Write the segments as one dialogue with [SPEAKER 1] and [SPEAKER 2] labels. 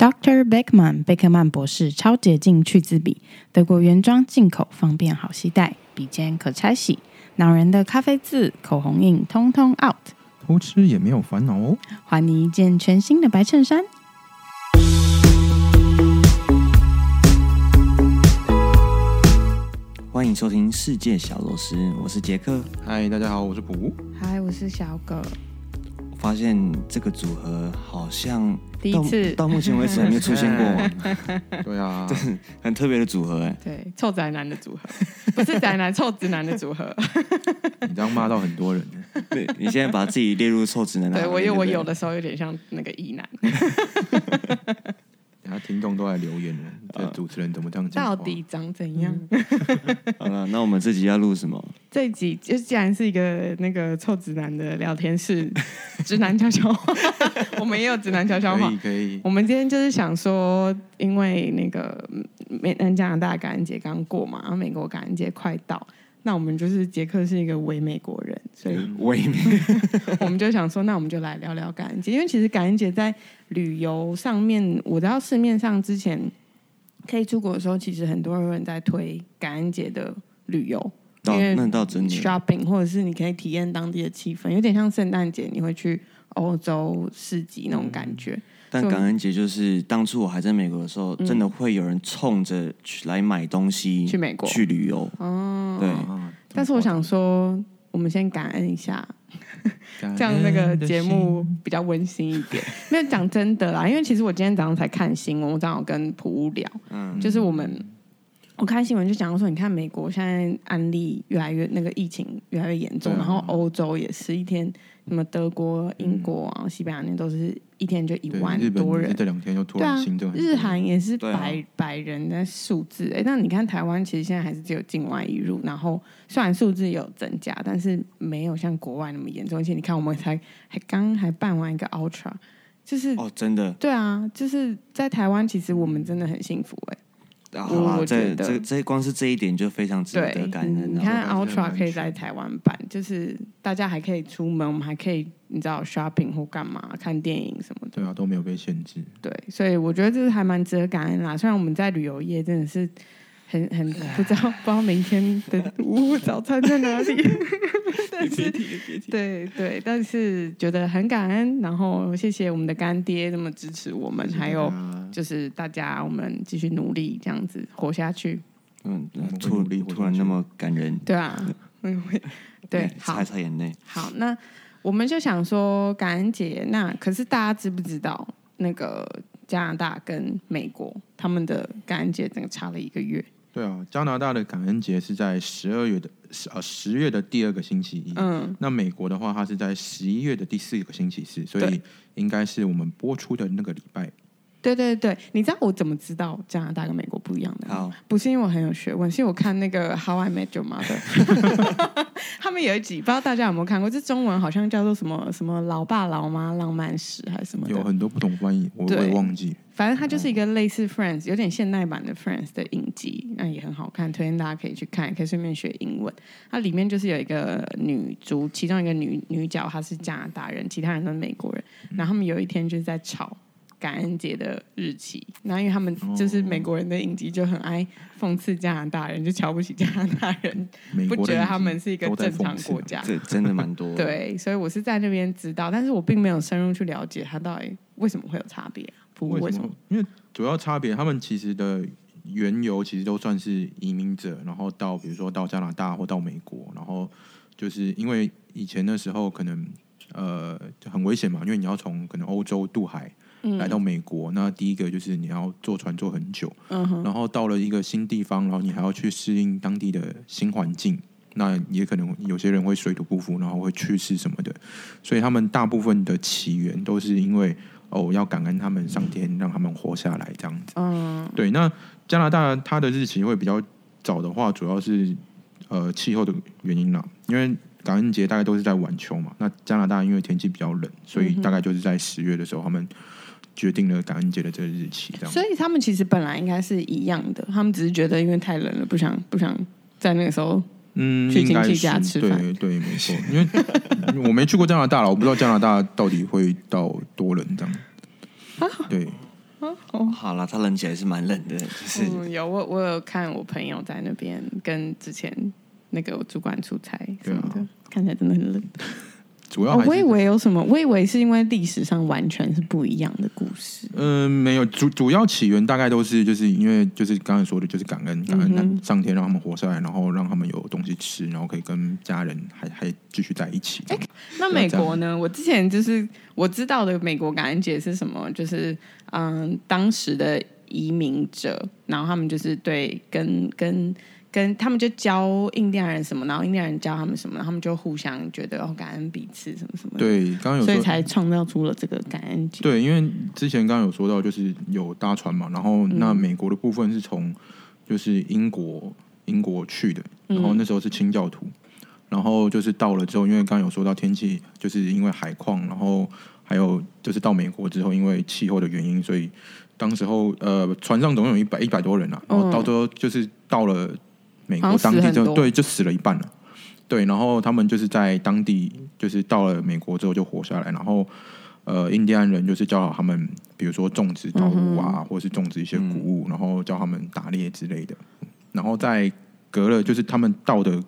[SPEAKER 1] Dr. Beckman 贝克曼博士超洁净去渍笔，德国原装进口，方便好携带，笔尖可拆洗，恼人的咖啡渍、口红印通通 out，
[SPEAKER 2] 偷吃也没有烦恼哦。
[SPEAKER 1] 还你一件全新的白衬衫。
[SPEAKER 3] 欢迎收听《世界小螺丝》，我是杰克。
[SPEAKER 2] 嗨，大家好，我是卜。
[SPEAKER 4] 嗨，我是小葛。
[SPEAKER 3] 我发现这个组合好像
[SPEAKER 4] 第一
[SPEAKER 3] 到
[SPEAKER 4] 次
[SPEAKER 3] 到目前为止还没有出现 过，
[SPEAKER 4] 哎
[SPEAKER 2] 对啊，
[SPEAKER 3] 很特别的组合哎。
[SPEAKER 4] 对，臭宅男的组合，不是宅男，臭直男的组合。
[SPEAKER 2] 你这样骂到很多人。
[SPEAKER 3] 对你现在把自己列入臭直男的
[SPEAKER 4] 对
[SPEAKER 3] 行列，
[SPEAKER 4] 我有
[SPEAKER 3] 对不
[SPEAKER 4] 我
[SPEAKER 3] 对
[SPEAKER 4] 有的时候有点像那个异男，
[SPEAKER 2] 等下听众都来留言了，这主持人怎么这样讲话？
[SPEAKER 4] 到底长怎样？
[SPEAKER 3] 好了，那我们这集要录什么？
[SPEAKER 4] 这一集就既然是一个那个臭直男的聊天室， 直男悄悄话， 我们也有直男悄悄
[SPEAKER 2] 可
[SPEAKER 4] 话
[SPEAKER 2] 以。可以，
[SPEAKER 4] 我们今天就是想说，因为那个嗯美嗯加拿大感恩节刚过嘛，然后美国感恩节快到，那我们就是杰克是一个伪美国人，所
[SPEAKER 2] 嗯
[SPEAKER 4] 以
[SPEAKER 3] 我也没
[SPEAKER 4] 我们就想说，那我们就来聊聊感恩节，因为其实感恩节在旅游上面，我到市面上之前可以出国的时候，其实很多人在推感恩节的旅游，
[SPEAKER 3] 到，
[SPEAKER 4] 因为
[SPEAKER 3] 那倒真的
[SPEAKER 4] shopping，或者是你可以体验当地的气氛，有点像圣诞节你会去欧洲市集那种感觉。
[SPEAKER 3] 但感恩节就是当初我还在美国的时候，真的会有人冲着去来买东
[SPEAKER 2] 嗯
[SPEAKER 3] 西
[SPEAKER 4] 嗯去美国
[SPEAKER 3] 去旅游。哦，对，
[SPEAKER 2] 啊
[SPEAKER 4] 但是我想说，我们先感恩一下，这样那个节目比较温馨一 点。没有讲真的啦，因为其实我今天早上才看新闻，我正好跟普乌聊，
[SPEAKER 3] 嗯，
[SPEAKER 4] 就是我们我看新闻就讲说，你看美国现在案例越来越那个疫情越来越严重，
[SPEAKER 2] 对啊
[SPEAKER 4] 然后欧洲也是一天，什么德国、英国啊、西班牙那都是一天就一
[SPEAKER 2] 嗯对
[SPEAKER 4] 万
[SPEAKER 2] 日本
[SPEAKER 4] 多
[SPEAKER 2] 也是
[SPEAKER 4] 人。
[SPEAKER 2] 这两天又突
[SPEAKER 4] 对
[SPEAKER 2] 然
[SPEAKER 4] 啊
[SPEAKER 2] 新增，很多
[SPEAKER 4] 日
[SPEAKER 2] 人
[SPEAKER 4] 韩也是
[SPEAKER 3] 对啊
[SPEAKER 4] 百、百人的数字。哎、那你看台湾其实现在还是只有境外一入，然后虽然数字有增加，但是没有像国外那么严重。而且你看，我们才还刚还办完一个 Ultra，就是、
[SPEAKER 3] 哦，真的，
[SPEAKER 4] 对啊，就是在台湾其实我们真的很幸福哎、
[SPEAKER 3] 啊好
[SPEAKER 4] 我
[SPEAKER 3] 啦，
[SPEAKER 4] 我
[SPEAKER 3] 这
[SPEAKER 4] 觉得
[SPEAKER 3] 这这光是这一点就非常值
[SPEAKER 4] 对，
[SPEAKER 3] 得感恩
[SPEAKER 4] 你
[SPEAKER 3] 了。
[SPEAKER 4] 看
[SPEAKER 2] 我感觉很
[SPEAKER 4] Ultra 可以
[SPEAKER 2] 安全
[SPEAKER 4] 在台湾办，就是大家还可以出门，我们还可以你知道 shopping 或干嘛，看电影什么的。
[SPEAKER 2] 对啊都没有被限制，
[SPEAKER 4] 对，所以我觉得这是还蛮值得感恩啦。虽然我们在旅游业真的是很 很不知道不知道明天 的午午早餐在哪 里，但是对对，但是觉得很感恩，然后谢谢我们的干爹这么支持我们，还有就是大家我们继续努力这样子活下去。
[SPEAKER 3] 嗯
[SPEAKER 2] 我们，会
[SPEAKER 3] 突
[SPEAKER 2] 努力活
[SPEAKER 3] 突然
[SPEAKER 2] 下去
[SPEAKER 3] 那么感人，
[SPEAKER 4] 对啊， 对，好
[SPEAKER 3] 擦一。擦眼泪。
[SPEAKER 4] 好，那我们就想说感恩节，那可是大家知不知道那个加拿大跟美国他们的感恩节整个差了一个月？
[SPEAKER 2] 对啊，加拿大的感恩节是在十二月的十呃十月的第二个星期一，
[SPEAKER 4] 嗯，
[SPEAKER 2] 那美国的话，它是在十一月的第四个星期四，所以
[SPEAKER 4] 对
[SPEAKER 2] 应该是我们播出的那个礼拜。
[SPEAKER 4] 对对对，你知道我怎么知道加拿大跟美国不一样的吗？
[SPEAKER 3] 好，
[SPEAKER 4] 不是因为我很有学问，是因为我看那个《How I Met Your Mother》，他们有一集，不知道大家有没有看过？这中文好像叫做什么什么“老爸老妈浪漫史”还是什么的，
[SPEAKER 2] 有很多不同翻译，我我
[SPEAKER 4] 对
[SPEAKER 2] 也忘记。
[SPEAKER 4] 反正它
[SPEAKER 2] 嗯
[SPEAKER 4] 就是一个类似 Friends，有点现代版的 Friends 的影集，那也很好看，推荐大家可以去看，也可以顺便学英文。它里面就是有一个女主，其中一个女女角她是加拿大人，其他人都是美国人，
[SPEAKER 2] 嗯
[SPEAKER 4] 然后他们有一天就是在吵。感恩节的日期，那因为他们就是美国人的影集，就很爱讽刺加拿大人，就瞧不起加拿大 人，
[SPEAKER 2] 美
[SPEAKER 4] 不
[SPEAKER 2] 国
[SPEAKER 4] 觉
[SPEAKER 2] 的
[SPEAKER 4] 得
[SPEAKER 2] 影
[SPEAKER 4] 他
[SPEAKER 2] 集
[SPEAKER 4] 们是一个
[SPEAKER 2] 都在
[SPEAKER 4] 正
[SPEAKER 2] 讽
[SPEAKER 4] 常
[SPEAKER 2] 刺
[SPEAKER 4] 国
[SPEAKER 2] 啊
[SPEAKER 4] 家。
[SPEAKER 3] 这真的蛮多。，
[SPEAKER 4] 对，所以我是在那边知道，但是我并没有深入去了解它到底为什么会有差别、啊，不
[SPEAKER 2] 为
[SPEAKER 4] 为
[SPEAKER 2] 什
[SPEAKER 4] 什么
[SPEAKER 2] 么？因为主要差别，他们其实的缘由其实都算是移民者，然后到比如说到加拿大或到美国，然后就是因为以前的时候可能呃就很危险嘛，因为你要从可能欧洲渡海
[SPEAKER 4] 嗯
[SPEAKER 2] 来到美国，那第一个就是你要坐船坐很久，
[SPEAKER 4] 嗯哼，
[SPEAKER 2] 然后到了一个新地方，然后你还要去适应当地的新环境，那也可能有些人会水土不服，然后会去世什么的。所以他们大部分的起源都是因为哦，要感恩他们上天让他们活下来这样子。
[SPEAKER 4] 嗯，
[SPEAKER 2] 对，那加拿大它的日期会比较早的话，主要是呃气候的原因啦，因为感恩节大概都是在晚秋嘛。那加拿大因为天气比较冷，所
[SPEAKER 4] 嗯
[SPEAKER 2] 以大概就是在十月的时候，他们决定了感恩节的这个日期这样子
[SPEAKER 4] 所。以他们其实本来应该是一样的，他们只是觉得因为太冷了，不想不想在那个时候，
[SPEAKER 2] 嗯，
[SPEAKER 4] 去
[SPEAKER 2] 应该
[SPEAKER 4] 亲戚
[SPEAKER 2] 是
[SPEAKER 4] 家吃饭
[SPEAKER 2] 对对，没错，因为 我
[SPEAKER 4] 啊
[SPEAKER 2] 没去过加拿大了，我不知道加拿大到底会到多冷这样。对，
[SPEAKER 3] 好啦，它冷起来是蛮冷的，就是、
[SPEAKER 4] 嗯，有我我有看我朋友在那边跟之前那个主管出差什么的，
[SPEAKER 2] 对啊
[SPEAKER 4] 看起来真的很冷。
[SPEAKER 2] 主要
[SPEAKER 4] 哦
[SPEAKER 2] 还，是
[SPEAKER 4] 我以为有什么，我以为是因为历史上完全是不一样的故事。
[SPEAKER 2] 嗯，没有主主要起源大概都是就是因为就是刚才说的，就是感恩感恩
[SPEAKER 4] 嗯哼
[SPEAKER 2] 上天让他们活下来，然后让他们有东西吃，然后可以跟家人还还继续在一起。这
[SPEAKER 4] 哎
[SPEAKER 2] 样
[SPEAKER 4] 那美国呢？我之前就是我知道的美国感恩节是什么，就是嗯，当时的移民者，然后他们就是对跟跟跟他们就教印第安人什么，然后印第安人教他们什么，然后他们就互相觉得哦感恩彼此什么什么的，
[SPEAKER 2] 对，刚刚有
[SPEAKER 4] 所以
[SPEAKER 2] 说
[SPEAKER 4] 才创造出了这个感恩节。
[SPEAKER 2] 对，因为之前刚刚有说到，就是有搭船嘛，然后那
[SPEAKER 4] 嗯
[SPEAKER 2] 美国的部分是从就是英国英国去的，
[SPEAKER 4] 嗯
[SPEAKER 2] 然后那时候是清教徒，然后就是到了之后，因为刚刚有说到天气，就是因为海况，然后还有就是到美国之后，因为气候的原因，所以当时候呃船上总共有一
[SPEAKER 4] 嗯
[SPEAKER 2] 百一百多人啊，然后到最后就是到了美
[SPEAKER 4] 哦好
[SPEAKER 2] 国
[SPEAKER 4] 像
[SPEAKER 2] 当
[SPEAKER 4] 死
[SPEAKER 2] 地
[SPEAKER 4] 很
[SPEAKER 2] 就
[SPEAKER 4] 多
[SPEAKER 2] 对就死了一半了。对，然后他们就是在当地，就是到了美国之后就活下来，然后呃，印第安人就是教导他们，比如说种植稻谷
[SPEAKER 4] 嗯
[SPEAKER 2] 啊，或是种植一些谷物，然后教他们打猎之类的。然后在隔了就是他们到的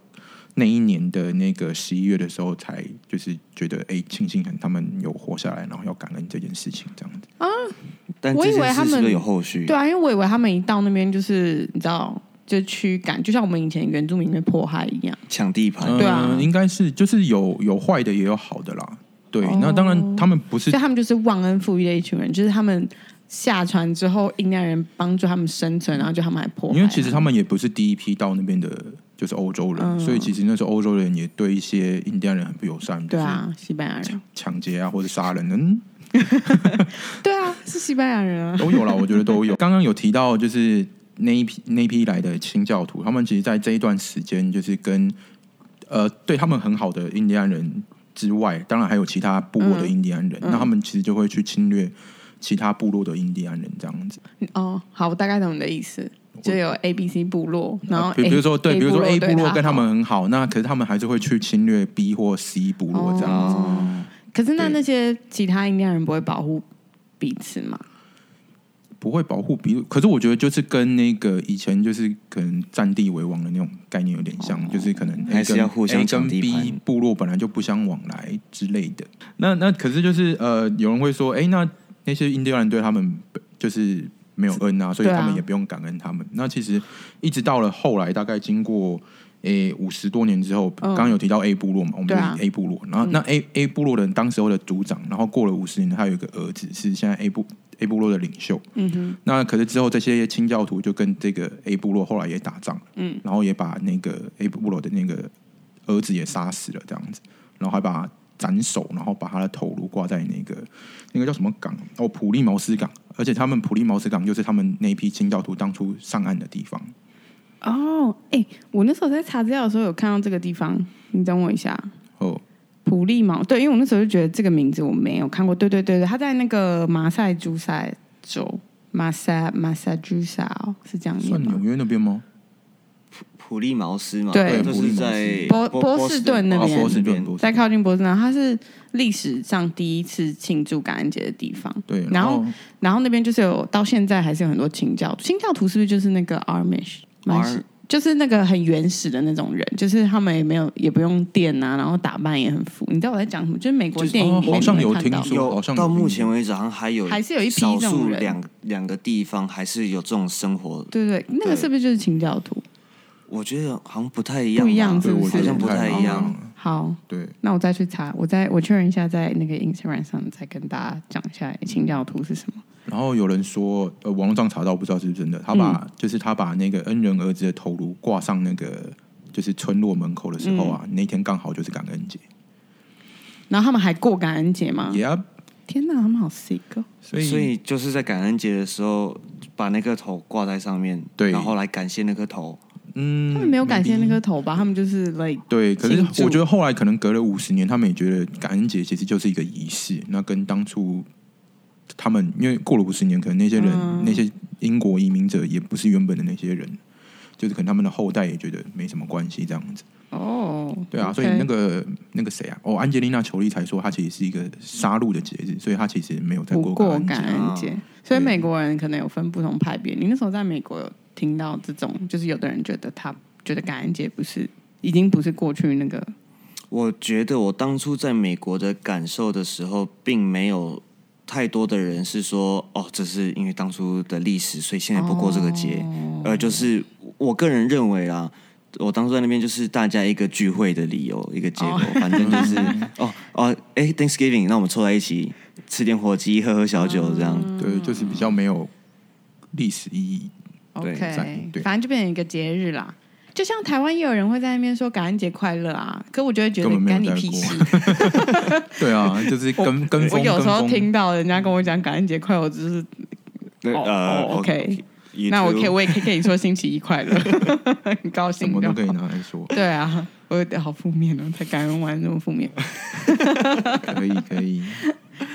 [SPEAKER 2] 那一年的那个十一月的时候，才就是觉得哎，庆幸很他们有活下来，然后要感恩这件事情这样子。
[SPEAKER 3] 但
[SPEAKER 4] 我
[SPEAKER 3] 这
[SPEAKER 4] 以为
[SPEAKER 3] 件
[SPEAKER 4] 他
[SPEAKER 3] 事
[SPEAKER 4] 们
[SPEAKER 3] 是不是有后续？
[SPEAKER 4] 对啊，因为我以为他们一到那边就是你知道，就驱赶，就像我们以前原住民被迫害一样。
[SPEAKER 3] 抢地盘，
[SPEAKER 4] 对啊
[SPEAKER 2] 嗯应该是就是有有坏的也有好的啦。对，
[SPEAKER 4] 哦
[SPEAKER 2] 那当然他们不是
[SPEAKER 4] 所以他们就是忘恩负义的一群人，就是他们下船之后，印第安人帮助他们生存，然后就他们还嗯迫害
[SPEAKER 2] 因为其实他们也不是第一批到那边的，就是欧洲人，所以其实那时候欧洲人也对一些印第安人很不友善，
[SPEAKER 4] 对
[SPEAKER 2] 就是
[SPEAKER 4] 啊，西班牙人，
[SPEAKER 2] 抢劫啊或者杀人，嗯，
[SPEAKER 4] 对啊，是西班牙人啊，
[SPEAKER 2] 都有啦，我觉得都有。刚刚有提到就是那一批那一批来的清教徒，他们其实在这一段时间就是跟呃对他们很好的印第安人之外，当然还有其他部落的
[SPEAKER 4] 嗯
[SPEAKER 2] 印第安人，那他们其实就会去侵略其他部落的印第安人这样子。
[SPEAKER 4] 哦，好，我大概懂你的意思，就有 A、B、C 部落，然后
[SPEAKER 2] 比
[SPEAKER 4] A,
[SPEAKER 2] 比如说对，比如说 A 部
[SPEAKER 4] 对
[SPEAKER 2] 落
[SPEAKER 4] 他哦
[SPEAKER 2] 跟他
[SPEAKER 4] 好
[SPEAKER 2] 们，很好，那可是他们还是会去侵略 B 或 C 部落这样子。
[SPEAKER 3] 哦，
[SPEAKER 4] 可是那
[SPEAKER 2] 对
[SPEAKER 4] 那些其他印第安人不会保护彼此嘛？
[SPEAKER 2] 不会保护彼此，可是我觉得就是跟那个以前就是可能占地为王的那种概念有点像，就是可能 A
[SPEAKER 3] 哦还是
[SPEAKER 2] 跟
[SPEAKER 3] 要互相
[SPEAKER 2] A
[SPEAKER 3] 抢
[SPEAKER 2] 跟
[SPEAKER 3] 地盘
[SPEAKER 2] B 部落本来就不相往来之类的。那那可是就是呃，有人会说，哎，那那些印第安人对他们就是没有恩啊，所以
[SPEAKER 4] 对啊
[SPEAKER 2] 他们也不用感恩他们。那其实一直到了后来，大概经过。诶，五十多年之后，
[SPEAKER 4] 嗯
[SPEAKER 2] 刚刚有提到 A 部落嘛，我们就
[SPEAKER 4] 对啊
[SPEAKER 2] 以 A 部落，然后那 A A 部落的人当时候的族长，然后过了五十年，他有一个儿子是现在 A 部 A 部落的领袖，
[SPEAKER 4] 嗯哼，
[SPEAKER 2] 那可是之后这些清教徒就跟这个 A 部落后来也打仗，嗯，然后也把那个 A 部落的那个儿子也杀死了，这样子，然后还把他斩首，然后把他的头颅挂在那个那个叫什么港哦普利茅斯港，而且他们普利茅斯港就是他们那一批清教徒当初上岸的地方。
[SPEAKER 4] 哦，哎，我那时候在查资料的时候有看到这个地方，你等我一下，
[SPEAKER 2] 哦，
[SPEAKER 4] 普利茅，对，因为我那时候就觉得这个名字我没有看过。对对对对，他在那个马赛诸塞州，马赛马萨诸塞哦，是这样念
[SPEAKER 2] 算纽
[SPEAKER 4] 吗？
[SPEAKER 2] 约那边吗？
[SPEAKER 3] 普利茅斯嘛，
[SPEAKER 4] 对
[SPEAKER 3] 就
[SPEAKER 2] 普利茅斯
[SPEAKER 3] 是在
[SPEAKER 4] 波波士顿那边
[SPEAKER 2] 哦波士顿
[SPEAKER 3] 波
[SPEAKER 4] 在靠近波士顿，它是历史上第一次庆祝感恩节的地方。
[SPEAKER 2] 对，
[SPEAKER 4] 然
[SPEAKER 2] 然
[SPEAKER 4] 后
[SPEAKER 2] 后
[SPEAKER 4] 然后那边就是有到现在还是有很多清教徒，清教徒是不是就是那个 Amish？蛮
[SPEAKER 3] Ar-
[SPEAKER 4] 就是那个很原始的那种人，就是他们也没有也不用电啊，然后打扮也很符。你知道我在讲什么？就是美国
[SPEAKER 2] 就是
[SPEAKER 4] 电影
[SPEAKER 2] 哦
[SPEAKER 4] 里面
[SPEAKER 2] 好像
[SPEAKER 4] 你会
[SPEAKER 2] 有
[SPEAKER 4] 看
[SPEAKER 2] 听
[SPEAKER 4] 到
[SPEAKER 2] 说
[SPEAKER 3] 有
[SPEAKER 2] 好像有
[SPEAKER 3] 到
[SPEAKER 2] 印
[SPEAKER 3] 目
[SPEAKER 2] 象
[SPEAKER 3] 前为止，好像还有
[SPEAKER 4] 还是有一批
[SPEAKER 3] 少
[SPEAKER 4] 这种
[SPEAKER 3] 数
[SPEAKER 4] 人
[SPEAKER 3] 两两个地方还是有这种生活，
[SPEAKER 4] 对对，那个
[SPEAKER 3] 对
[SPEAKER 4] 是不是就是清教徒？
[SPEAKER 3] 我觉得好像不太一样吧，啊
[SPEAKER 4] 不一样是
[SPEAKER 2] 对
[SPEAKER 4] 不
[SPEAKER 2] 我
[SPEAKER 4] 是
[SPEAKER 2] 觉
[SPEAKER 3] 好
[SPEAKER 2] 得
[SPEAKER 3] 像不太一样。
[SPEAKER 4] 好，
[SPEAKER 2] 对，
[SPEAKER 4] 那我再去查，我再我确认一下，在那个 Instagram 上再跟大家讲一下清教徒是什么。
[SPEAKER 2] 然后有人说，呃，网络上查到不知道是不是真的，他把、
[SPEAKER 4] 嗯
[SPEAKER 2] 就是他把那个恩人儿子的头颅挂上那个就是村落门口的时候啊，
[SPEAKER 4] 嗯
[SPEAKER 2] 那天刚好就是感恩节，
[SPEAKER 4] 然后他们还过感恩节吗？
[SPEAKER 2] 也、yeah,
[SPEAKER 4] 天哪，他们好 sick 哦！
[SPEAKER 2] 所以
[SPEAKER 3] 所以就是在感恩节的时候，把那个头挂在上面，
[SPEAKER 2] 对
[SPEAKER 3] 然后来感谢那颗头。
[SPEAKER 2] 嗯，
[SPEAKER 4] 他们没有感谢那
[SPEAKER 2] maybe
[SPEAKER 4] 个头吧？他们就是 like
[SPEAKER 2] 对，可是
[SPEAKER 4] 庆祝
[SPEAKER 2] 我觉得后来可能隔了五十年，他们也觉得感恩节其实就是一个仪式，那跟当初。他
[SPEAKER 4] 嗯
[SPEAKER 2] 们因为过了五十年，可能那些人、那些英国移民者也不是原本的那些人，就是可能他们的后代也觉得没什么关系这样子。
[SPEAKER 4] 哦，
[SPEAKER 2] 对啊，所以那个那个谁啊，哦，安吉丽娜·裘丽才说，她其实是一个杀戮的节日，所以她其实没有在
[SPEAKER 4] 不过
[SPEAKER 2] 过
[SPEAKER 4] 感
[SPEAKER 2] 节。啊
[SPEAKER 4] 恩节，所以美国人可能有分不同派别。你那时候在美国有听到这种，就是有的人觉得他觉得感恩节不是已经不是过去那个
[SPEAKER 3] 我觉得我当初在美国的感受的时候，并没有太多的人是说哦，这是因为当初的历史，所以现在不过这个节。
[SPEAKER 4] 哦
[SPEAKER 3] 呃，就是我个人认为啦，我当初在那边就是大家一个聚会的理由，一个借口，反正就是 哦哦，哎、t h a n k s g i v i n g 那我们凑在一起吃点火鸡，喝喝小酒，这样。
[SPEAKER 4] 嗯
[SPEAKER 2] 对，就是比较没有历史意义。
[SPEAKER 3] 对
[SPEAKER 4] OK，
[SPEAKER 2] 对
[SPEAKER 4] 反正就变成一个节日啦。就像台湾也有人会在那边说感恩节快乐啊，可我就会觉得
[SPEAKER 2] 根本没有
[SPEAKER 4] 干你
[SPEAKER 2] 在
[SPEAKER 4] 屁
[SPEAKER 2] 过
[SPEAKER 4] 事。
[SPEAKER 2] 对啊，就是跟跟
[SPEAKER 4] 我
[SPEAKER 2] 风，
[SPEAKER 4] 有时候
[SPEAKER 2] 跟风
[SPEAKER 4] 听到人家跟我讲感恩节快乐，我只是
[SPEAKER 3] 对
[SPEAKER 4] 哦
[SPEAKER 3] 呃
[SPEAKER 4] 哦，OK
[SPEAKER 3] you
[SPEAKER 4] 那我
[SPEAKER 3] too
[SPEAKER 4] 可以我也可以跟你说星期一 快乐，很高
[SPEAKER 2] 什
[SPEAKER 4] 兴。
[SPEAKER 2] 么都可以拿来说，
[SPEAKER 4] 对啊，我有点好负面哦，才感恩完那么 负面。
[SPEAKER 2] 可以可以。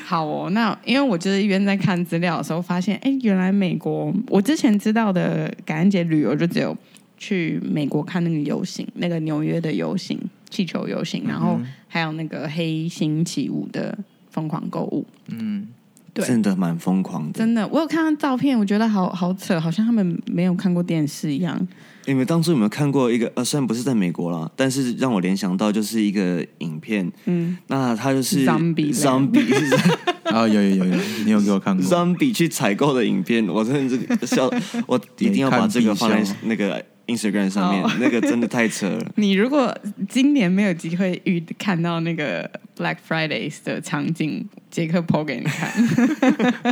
[SPEAKER 4] 好哦，那因为我就是一边在看资料的时候发现，哎，原来美国我之前知道的感恩节旅游就只有去美国看那个游行，那个纽约的游行，气球游行，然
[SPEAKER 2] 嗯
[SPEAKER 4] 后还有那个黑星期五的疯狂购物。
[SPEAKER 2] 嗯，
[SPEAKER 4] 对
[SPEAKER 3] 真的蛮疯狂的。
[SPEAKER 4] 真的，我有看到照片，我觉得好好扯，好像他们没有看过电视一样。
[SPEAKER 3] 你们当初有没有看过一个？呃，虽然不是在美国啦，但是让我联想到就是一个影片，
[SPEAKER 4] 嗯，
[SPEAKER 3] 那它就是
[SPEAKER 4] Zombie
[SPEAKER 3] zombie
[SPEAKER 2] 啊，有有有有，你有给我看过？
[SPEAKER 3] zombie 去采购的影片，我真的这个笑，我一定要把这个放
[SPEAKER 2] 你看
[SPEAKER 3] 在
[SPEAKER 2] 必
[SPEAKER 3] 那个 Instagram 上
[SPEAKER 4] 哦
[SPEAKER 3] 面，那个真的太扯 了。
[SPEAKER 4] 你如果今年没有机会遇看到那个 Black Fridays 的场景，杰克抛给你看，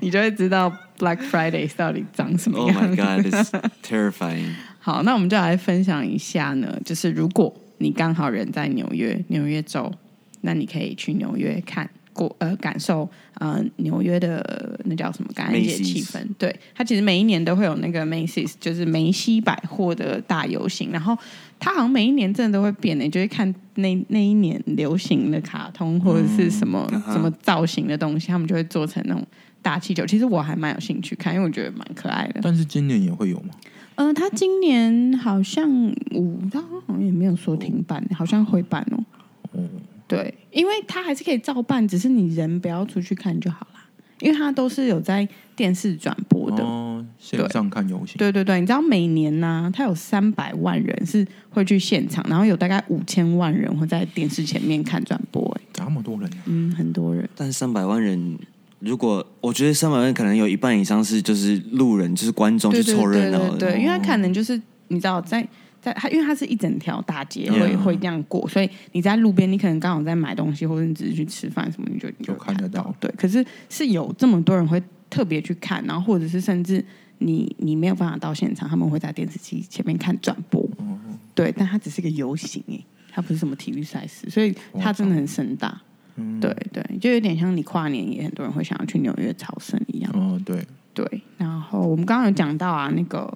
[SPEAKER 4] 你就会知道 Black Fridays 到底长什么
[SPEAKER 3] Oh
[SPEAKER 4] 样。
[SPEAKER 3] my god, it's terrifying！
[SPEAKER 4] 好，那我们就来分享一下呢，就是如果你刚好人在纽约，纽约州，那你可以去纽约看过呃，感受呃纽约的呃那叫什么感恩节
[SPEAKER 3] Macy's
[SPEAKER 4] 气氛。对，它其实每一年都会有那个 Macy's，就是梅西百货的大游行，然后它好像每一年真的都会变的，你就会看那那一年流行的卡通或者是什么、
[SPEAKER 3] 嗯啊哈
[SPEAKER 4] 什么造型的东西，他们就会做成那种。大气球，其实我还蛮有兴趣看，因为我觉得蛮可爱的。
[SPEAKER 2] 但是今年也会有吗？
[SPEAKER 4] 呃，他今年好像五，他好像也没有说停办，好像会办哦。对，因为他还是可以照办，只是你人不要出去看就好啦，因为他都是有在电视转播的。
[SPEAKER 2] 哦，线上看游行，
[SPEAKER 4] 对对对，你知道每年呢、他有三百万人是会去现场，然后有大概五千万人会在电视前面看转播、哎，
[SPEAKER 2] 这么多人啊，
[SPEAKER 4] 嗯，很多人。
[SPEAKER 3] 但三百万人，如果我觉得三百万可能有一半以上是就是路人，就是观众去
[SPEAKER 4] 对对
[SPEAKER 3] 凑热
[SPEAKER 4] 对
[SPEAKER 3] 闹哦
[SPEAKER 4] 对
[SPEAKER 3] 的。
[SPEAKER 4] 对，因为它可能就是你知道在。在它，因为它是一整条大街，会
[SPEAKER 3] Yeah
[SPEAKER 4] 会这样过，所以你在路边，你可能刚好在买东西，或者你只是去吃饭什么，你就你
[SPEAKER 2] 就看得到。
[SPEAKER 4] 对。可是是有这么多人会特别去看，然后或者是甚至你你没有办法到现场，他们会在电视机前面看转播。
[SPEAKER 3] 哦
[SPEAKER 4] 对，但它只是个游行诶，它不是什么体育赛事，所以它真的很盛大。
[SPEAKER 3] 嗯
[SPEAKER 4] 对对，就有点像你跨年也很多人会想要去纽约朝圣一样。
[SPEAKER 2] 哦，对，
[SPEAKER 4] 对，然后我们刚刚有讲到啊，那个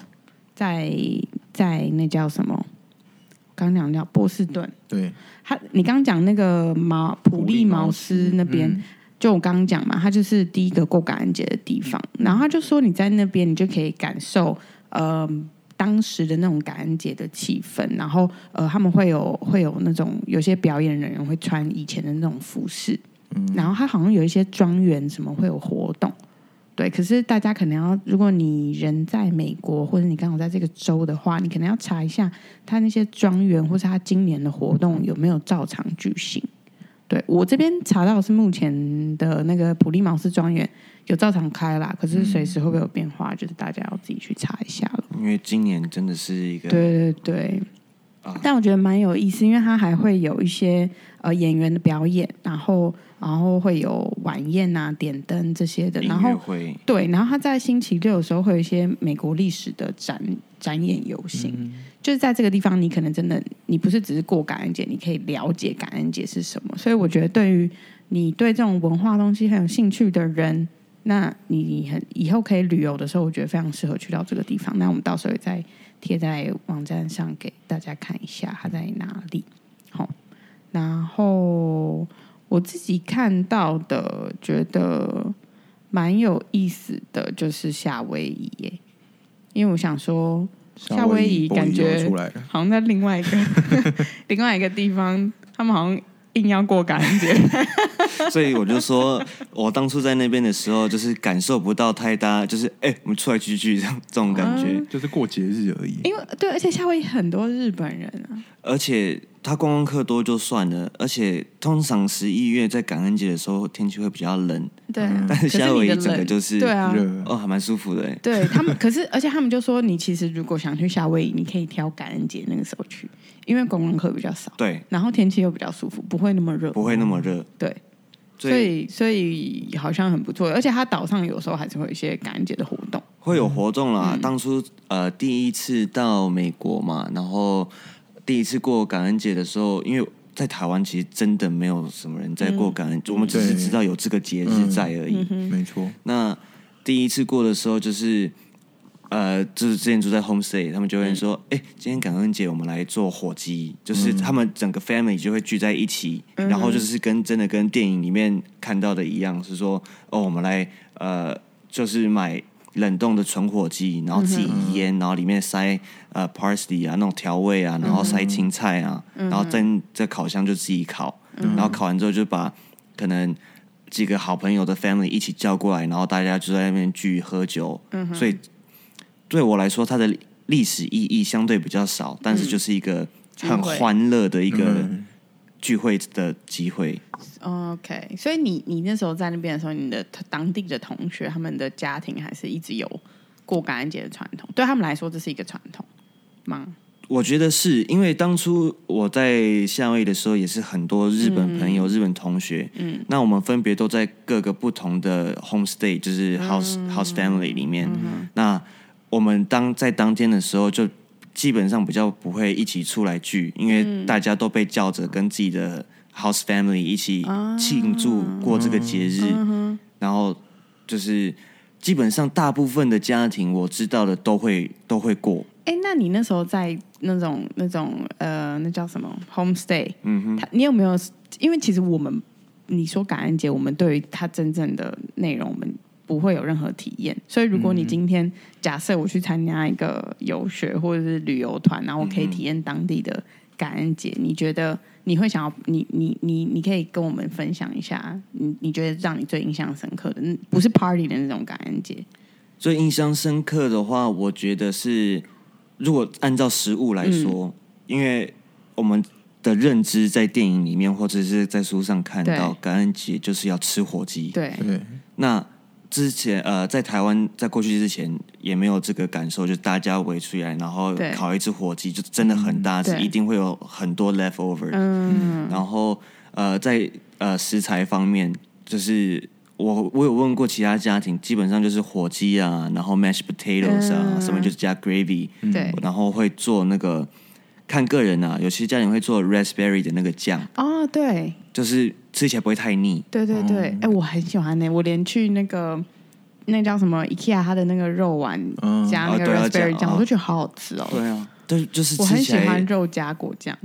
[SPEAKER 4] 在在那叫什么？刚刚讲到波士顿，
[SPEAKER 2] 对，
[SPEAKER 4] 他你刚刚讲那个毛普利茅斯那边，
[SPEAKER 2] 嗯
[SPEAKER 4] 就我刚刚讲嘛，它就是第一个过感恩节的地方。然后他就说你在那边，你就可以感受呃当时的那种感恩节的气氛。然后呃，他们会有会有那种有些表演人员会穿以前的那种服饰，然后他好像有一些庄园什么会有活动。对，可是大家可能要，如果你人在美国，或者你刚好在这个州的话，你可能要查一下他那些庄园或是他今年的活动有没有照常举行。对我这边查到的是目前的那个普利茅斯庄园有照常开啦，可是随时会不会有变化，就是大家要自己去查一下了。
[SPEAKER 3] 因为今年真的是一个
[SPEAKER 4] 对对对，但我觉得蛮有意思，因为它还会有一些呃演员的表演，然后然后会有晚宴啊、点灯这些的，
[SPEAKER 3] 音
[SPEAKER 4] 然后
[SPEAKER 3] 乐会。
[SPEAKER 4] 对，然后他在星期六的时候会有一些美国历史的展展演游行，就是在这个地方，你可能真的你不是只是过感恩节，你可以了解感恩节是什么。所以我觉得，对于你对这种文化东西很有兴趣的人，那你很以后可以旅游的时候，我觉得非常适合去到这个地方。那我们到时候也再贴在网站上给大家看一下它在哪里。好，然后我自己看到的，觉得。蛮有意思的，就是夏威夷耶。因为我想说，夏威夷
[SPEAKER 2] 波
[SPEAKER 4] 感
[SPEAKER 2] 就
[SPEAKER 4] 觉
[SPEAKER 2] 出来了，
[SPEAKER 4] 好像在另外一个 另外一个地方，他们好像硬要过感恩节，
[SPEAKER 3] 所以我就说，我当初在那边的时候，就是感受不到太大，就是哎、我们出来聚聚这样这种感觉。
[SPEAKER 2] 就是过节日而已。
[SPEAKER 4] 因为对，而且夏威夷很多日本人啊，
[SPEAKER 3] 而且它观光客多就算了，而且通常十一月在感恩节的时候天气会比较冷，
[SPEAKER 4] 对啊，
[SPEAKER 3] 嗯但是
[SPEAKER 4] 可是
[SPEAKER 3] 夏威
[SPEAKER 4] 你
[SPEAKER 3] 夷
[SPEAKER 4] 的
[SPEAKER 3] 整个
[SPEAKER 4] 冷
[SPEAKER 3] 就是
[SPEAKER 4] 对啊，
[SPEAKER 2] 热
[SPEAKER 3] 哦，还蛮舒服的哎。
[SPEAKER 4] 对他们，可 是而且他们就说，你其实如果想去夏威夷，你可以挑感恩节那个时候去，因为观光客比较少，
[SPEAKER 3] 对，
[SPEAKER 4] 然后天气又比较舒服，不会那么热，
[SPEAKER 3] 不会那么热。
[SPEAKER 4] 对，
[SPEAKER 3] 所
[SPEAKER 4] 所
[SPEAKER 3] 以
[SPEAKER 4] 以所以好像很不错，而且它岛上有时候还是会有一些感恩节的活动，
[SPEAKER 3] 会有活动啦。当初呃第一次到美国嘛，然后第一次过感恩节的时候，因为在台湾其实真的没有什么人在过感恩，我们只是
[SPEAKER 2] 对
[SPEAKER 3] 知道有这个节
[SPEAKER 4] 嗯
[SPEAKER 3] 日在而已。
[SPEAKER 2] 没错，
[SPEAKER 3] 那第一次过的时候，就是呃，就是之前住在 homestay，他们就会说，哎、今天感恩节我们来做火鸡，就是他们整个 family 就会聚在一起，然后就是跟真的跟电影里面看到的一样，是说哦，我们来呃，就是买。冷冻的纯火鸡，然后自己
[SPEAKER 4] 嗯
[SPEAKER 3] 腌，然后里面塞呃 parsley 啊那种调味
[SPEAKER 4] 嗯
[SPEAKER 3] 啊，然后塞青菜啊，然后在在烤箱就自己烤，
[SPEAKER 4] 嗯
[SPEAKER 3] 然后烤完之后就把可能几个好朋友的 family 一起叫过来，然后大家就在那边聚喝酒。嗯、所以对我来说，它的历史意义相对比较少，但是就是一个很
[SPEAKER 4] 嗯聚会
[SPEAKER 3] 欢乐的一个
[SPEAKER 2] 嗯
[SPEAKER 3] 聚会的机会。
[SPEAKER 4] 哦 OK，所以你你那时候在那边的时候，你的当地的同学他们的家庭还是一直有过感恩节的传统，对他们来说这是一个传统吗？
[SPEAKER 3] 我觉得是因为当初我在夏威夷的时候，也是很多日本朋友、日本同学，嗯，那我们分别都在各个不同的 homestay，就是 house、house family 里面。那我们当在当天的时候，就基本上比较不会一起出来聚，因为大家都被叫着跟自己的 house family 一起庆祝过这个节日，然后就是基本上大部分的家庭我知道的都会都会过。
[SPEAKER 4] 哎，那你那时候在那种那种呃，那叫什么 homestay？嗯哼，他你有没有？因为其实我们你说感恩节，我们对于它真正的内容，我们不会有任何体验。所以如果你今天、假设我去参加一个游学或者是旅游团，然后我可以体验当地的感恩节，你觉得你会想要你你你你可以跟我们分享一下，你你觉得让你最印象深刻的，嗯不是 party 的那种感恩节，
[SPEAKER 3] 最印象深刻的话，我觉得是，如果按照食物来说，因为我们的认知在电影里面或者是在书上看到，
[SPEAKER 4] 对
[SPEAKER 3] 感恩节就是要吃火鸡。
[SPEAKER 4] 对，
[SPEAKER 2] 对，
[SPEAKER 3] 那之前呃，在台湾在过去之前也没有这个感受，就大家围出来，然后
[SPEAKER 4] 对嗯
[SPEAKER 3] 烤一只火鸡，就真的很大只，
[SPEAKER 4] 对
[SPEAKER 3] 一定会有很多 leftover。
[SPEAKER 4] 嗯，
[SPEAKER 3] 然后呃，在呃食材方面，就是我我有问过其他家庭，基本上就是火鸡啊，然后 mashed potatoes 啊，
[SPEAKER 4] 嗯
[SPEAKER 3] 什么就是加 gravy，、
[SPEAKER 4] 对，
[SPEAKER 3] 然后会做那个看个人啊，有些家庭会做 raspberry 的那个酱，
[SPEAKER 4] 哦，对。
[SPEAKER 3] 就是吃起来不会太腻。
[SPEAKER 4] 对对对，哎、我很喜欢呢、我连去那个那叫什么 IKEA 它的那个肉丸、
[SPEAKER 2] 嗯
[SPEAKER 4] 加
[SPEAKER 3] 哦
[SPEAKER 4] 那个
[SPEAKER 3] 对啊
[SPEAKER 4] raspberry
[SPEAKER 3] 加
[SPEAKER 4] 酱，
[SPEAKER 3] 哦
[SPEAKER 4] 我都觉得好好吃哦。
[SPEAKER 3] 啊，对，就是
[SPEAKER 4] 我
[SPEAKER 3] 吃
[SPEAKER 4] 很
[SPEAKER 3] 起
[SPEAKER 4] 喜欢
[SPEAKER 3] 来
[SPEAKER 4] 肉加果酱，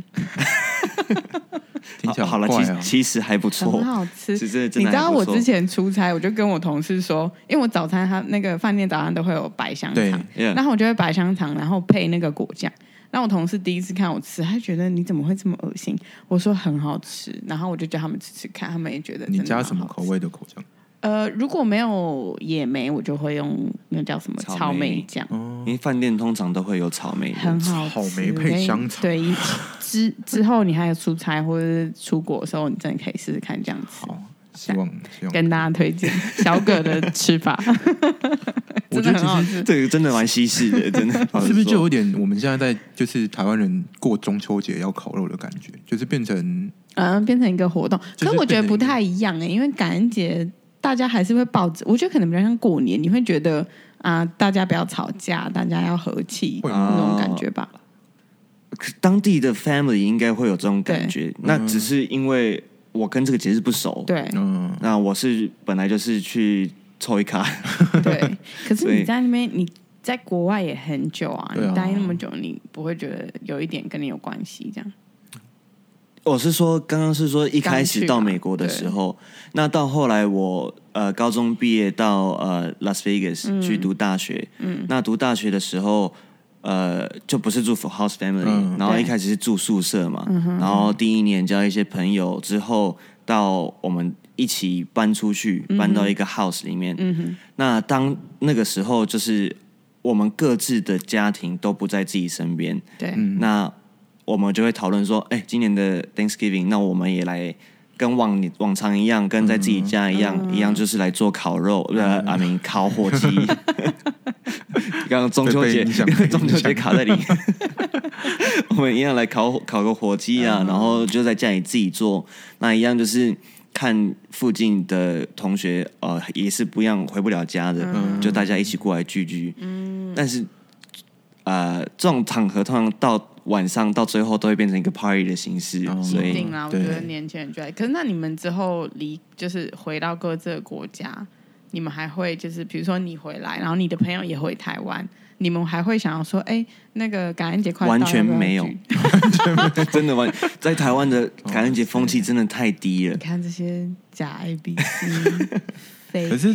[SPEAKER 2] 听起来
[SPEAKER 3] 好了，
[SPEAKER 2] 怪
[SPEAKER 3] 其
[SPEAKER 2] 啊
[SPEAKER 3] 实其实还不错，
[SPEAKER 4] 很好吃。
[SPEAKER 3] 是真的真
[SPEAKER 4] 你
[SPEAKER 3] 的
[SPEAKER 4] 知道
[SPEAKER 3] 还不
[SPEAKER 4] 我
[SPEAKER 3] 错
[SPEAKER 4] 之前出差，我就跟我同事说，因为我早餐他那个饭店早餐都会有白香
[SPEAKER 2] 对
[SPEAKER 4] 肠，
[SPEAKER 3] Yeah
[SPEAKER 4] 然后我就会白香肠，然后配那个果酱。然后我同事第一次看我吃，他觉得你怎么会这么恶心？我说很好吃，然后我就叫他们吃吃看，他们也觉得
[SPEAKER 2] 你
[SPEAKER 4] 真的
[SPEAKER 2] 加
[SPEAKER 4] 蛮
[SPEAKER 2] 什么
[SPEAKER 4] 好吃
[SPEAKER 2] 口味的口酱？
[SPEAKER 4] 呃，如果没有野莓，我就会用那叫什么
[SPEAKER 3] 草莓
[SPEAKER 4] 草莓酱，
[SPEAKER 2] 哦
[SPEAKER 3] 因为饭店通常都会有草莓的，
[SPEAKER 4] 很好
[SPEAKER 2] 嗯
[SPEAKER 4] 吃。
[SPEAKER 2] 草莓配香肠
[SPEAKER 4] 对，一之之后你还有出差或者是出国的时候，你真的可以试试看这样吃。
[SPEAKER 2] 好，希望希望。
[SPEAKER 4] 跟大家推荐小葛的 吃法，
[SPEAKER 2] 我
[SPEAKER 4] 真
[SPEAKER 2] 觉
[SPEAKER 4] 的
[SPEAKER 2] 得
[SPEAKER 4] 很好
[SPEAKER 2] 其
[SPEAKER 4] 吃。
[SPEAKER 3] 这个真的蛮西 式的，真的
[SPEAKER 2] 是不是就有
[SPEAKER 3] 老实说
[SPEAKER 2] 点我们现在在就是台湾人过中秋节要烤肉的感觉，就是变成
[SPEAKER 4] 嗯，变成一个活动，
[SPEAKER 2] 就是
[SPEAKER 4] 可是我觉得不
[SPEAKER 2] 变成一个
[SPEAKER 4] 太一样哎、因为感恩节大家还是会抱着，我觉得可能比较像过年，你会觉得啊、大家不要吵架，大家要和气
[SPEAKER 2] 会啊
[SPEAKER 4] 那
[SPEAKER 2] 吗
[SPEAKER 4] 种感觉吧。
[SPEAKER 3] 当地的 family 应该会有这种感觉，那
[SPEAKER 2] 嗯
[SPEAKER 3] 只是因为我跟这个节日不熟，，
[SPEAKER 4] 对，
[SPEAKER 2] 嗯，
[SPEAKER 3] 那我是本来就是去凑一卡，
[SPEAKER 4] 对，可是
[SPEAKER 3] 所以
[SPEAKER 4] 你在那边，你在国外也很久啊，
[SPEAKER 2] 对啊
[SPEAKER 4] 你待那么久，你不会觉得有一点跟你有关系这样？
[SPEAKER 3] 我哦是说，刚刚是说一开
[SPEAKER 4] 刚
[SPEAKER 3] 始
[SPEAKER 4] 去嘛
[SPEAKER 3] 到美国的时候，那到后来我呃高中
[SPEAKER 4] 嗯
[SPEAKER 3] 毕业到呃 Las Vegas 去读大学，嗯，那读大学的时候，呃，就不是住 for house family，、
[SPEAKER 2] 嗯
[SPEAKER 3] 然后
[SPEAKER 4] 对
[SPEAKER 3] 一开始是住宿舍嘛，
[SPEAKER 4] 嗯
[SPEAKER 3] 然后第一年交一些朋友，之后到我们一起搬出去，
[SPEAKER 4] 嗯
[SPEAKER 3] 搬到一个 house 里面。那当那个时候，就是我们各自的家庭都不在自己身边，
[SPEAKER 4] 对，
[SPEAKER 2] 嗯
[SPEAKER 3] 那我们就会讨论说，哎、今年的 Thanksgiving，那我们也来跟往年往常一样，跟在自己家一样、
[SPEAKER 2] 嗯
[SPEAKER 3] 一样，就是来做烤肉，呃，阿明烤 火鸡。刚刚中秋
[SPEAKER 2] 被
[SPEAKER 3] 节
[SPEAKER 2] 影响被，
[SPEAKER 3] 中秋节卡 在里，我们一样来烤烤个火鸡
[SPEAKER 2] 嗯
[SPEAKER 3] 啊，然后就在家里自己做，那一样就是。看附近的同学，呃，也是不一样，回不了家的，
[SPEAKER 4] 嗯
[SPEAKER 3] 就大家一起过来聚聚。嗯，但是呃，这种场合通常到晚上到最后都会变成一个 party 的形式，
[SPEAKER 2] 哦
[SPEAKER 3] 所
[SPEAKER 4] 一
[SPEAKER 3] 以
[SPEAKER 4] 定啦。啊我觉
[SPEAKER 2] 对
[SPEAKER 4] 得年轻人就爱。可是那你们之后离，就是回到各自的国家，你们还会就是，比如说你回来，然后你的朋友也回台湾，你们还会想要说，哎、那个感恩节快到
[SPEAKER 3] 完全
[SPEAKER 4] 要不要
[SPEAKER 3] 没有
[SPEAKER 4] 聚
[SPEAKER 3] 真的 完在台湾的
[SPEAKER 4] 哦
[SPEAKER 3] 感恩节风气真的太低了
[SPEAKER 4] 你。看这些假 A B C，
[SPEAKER 2] 可是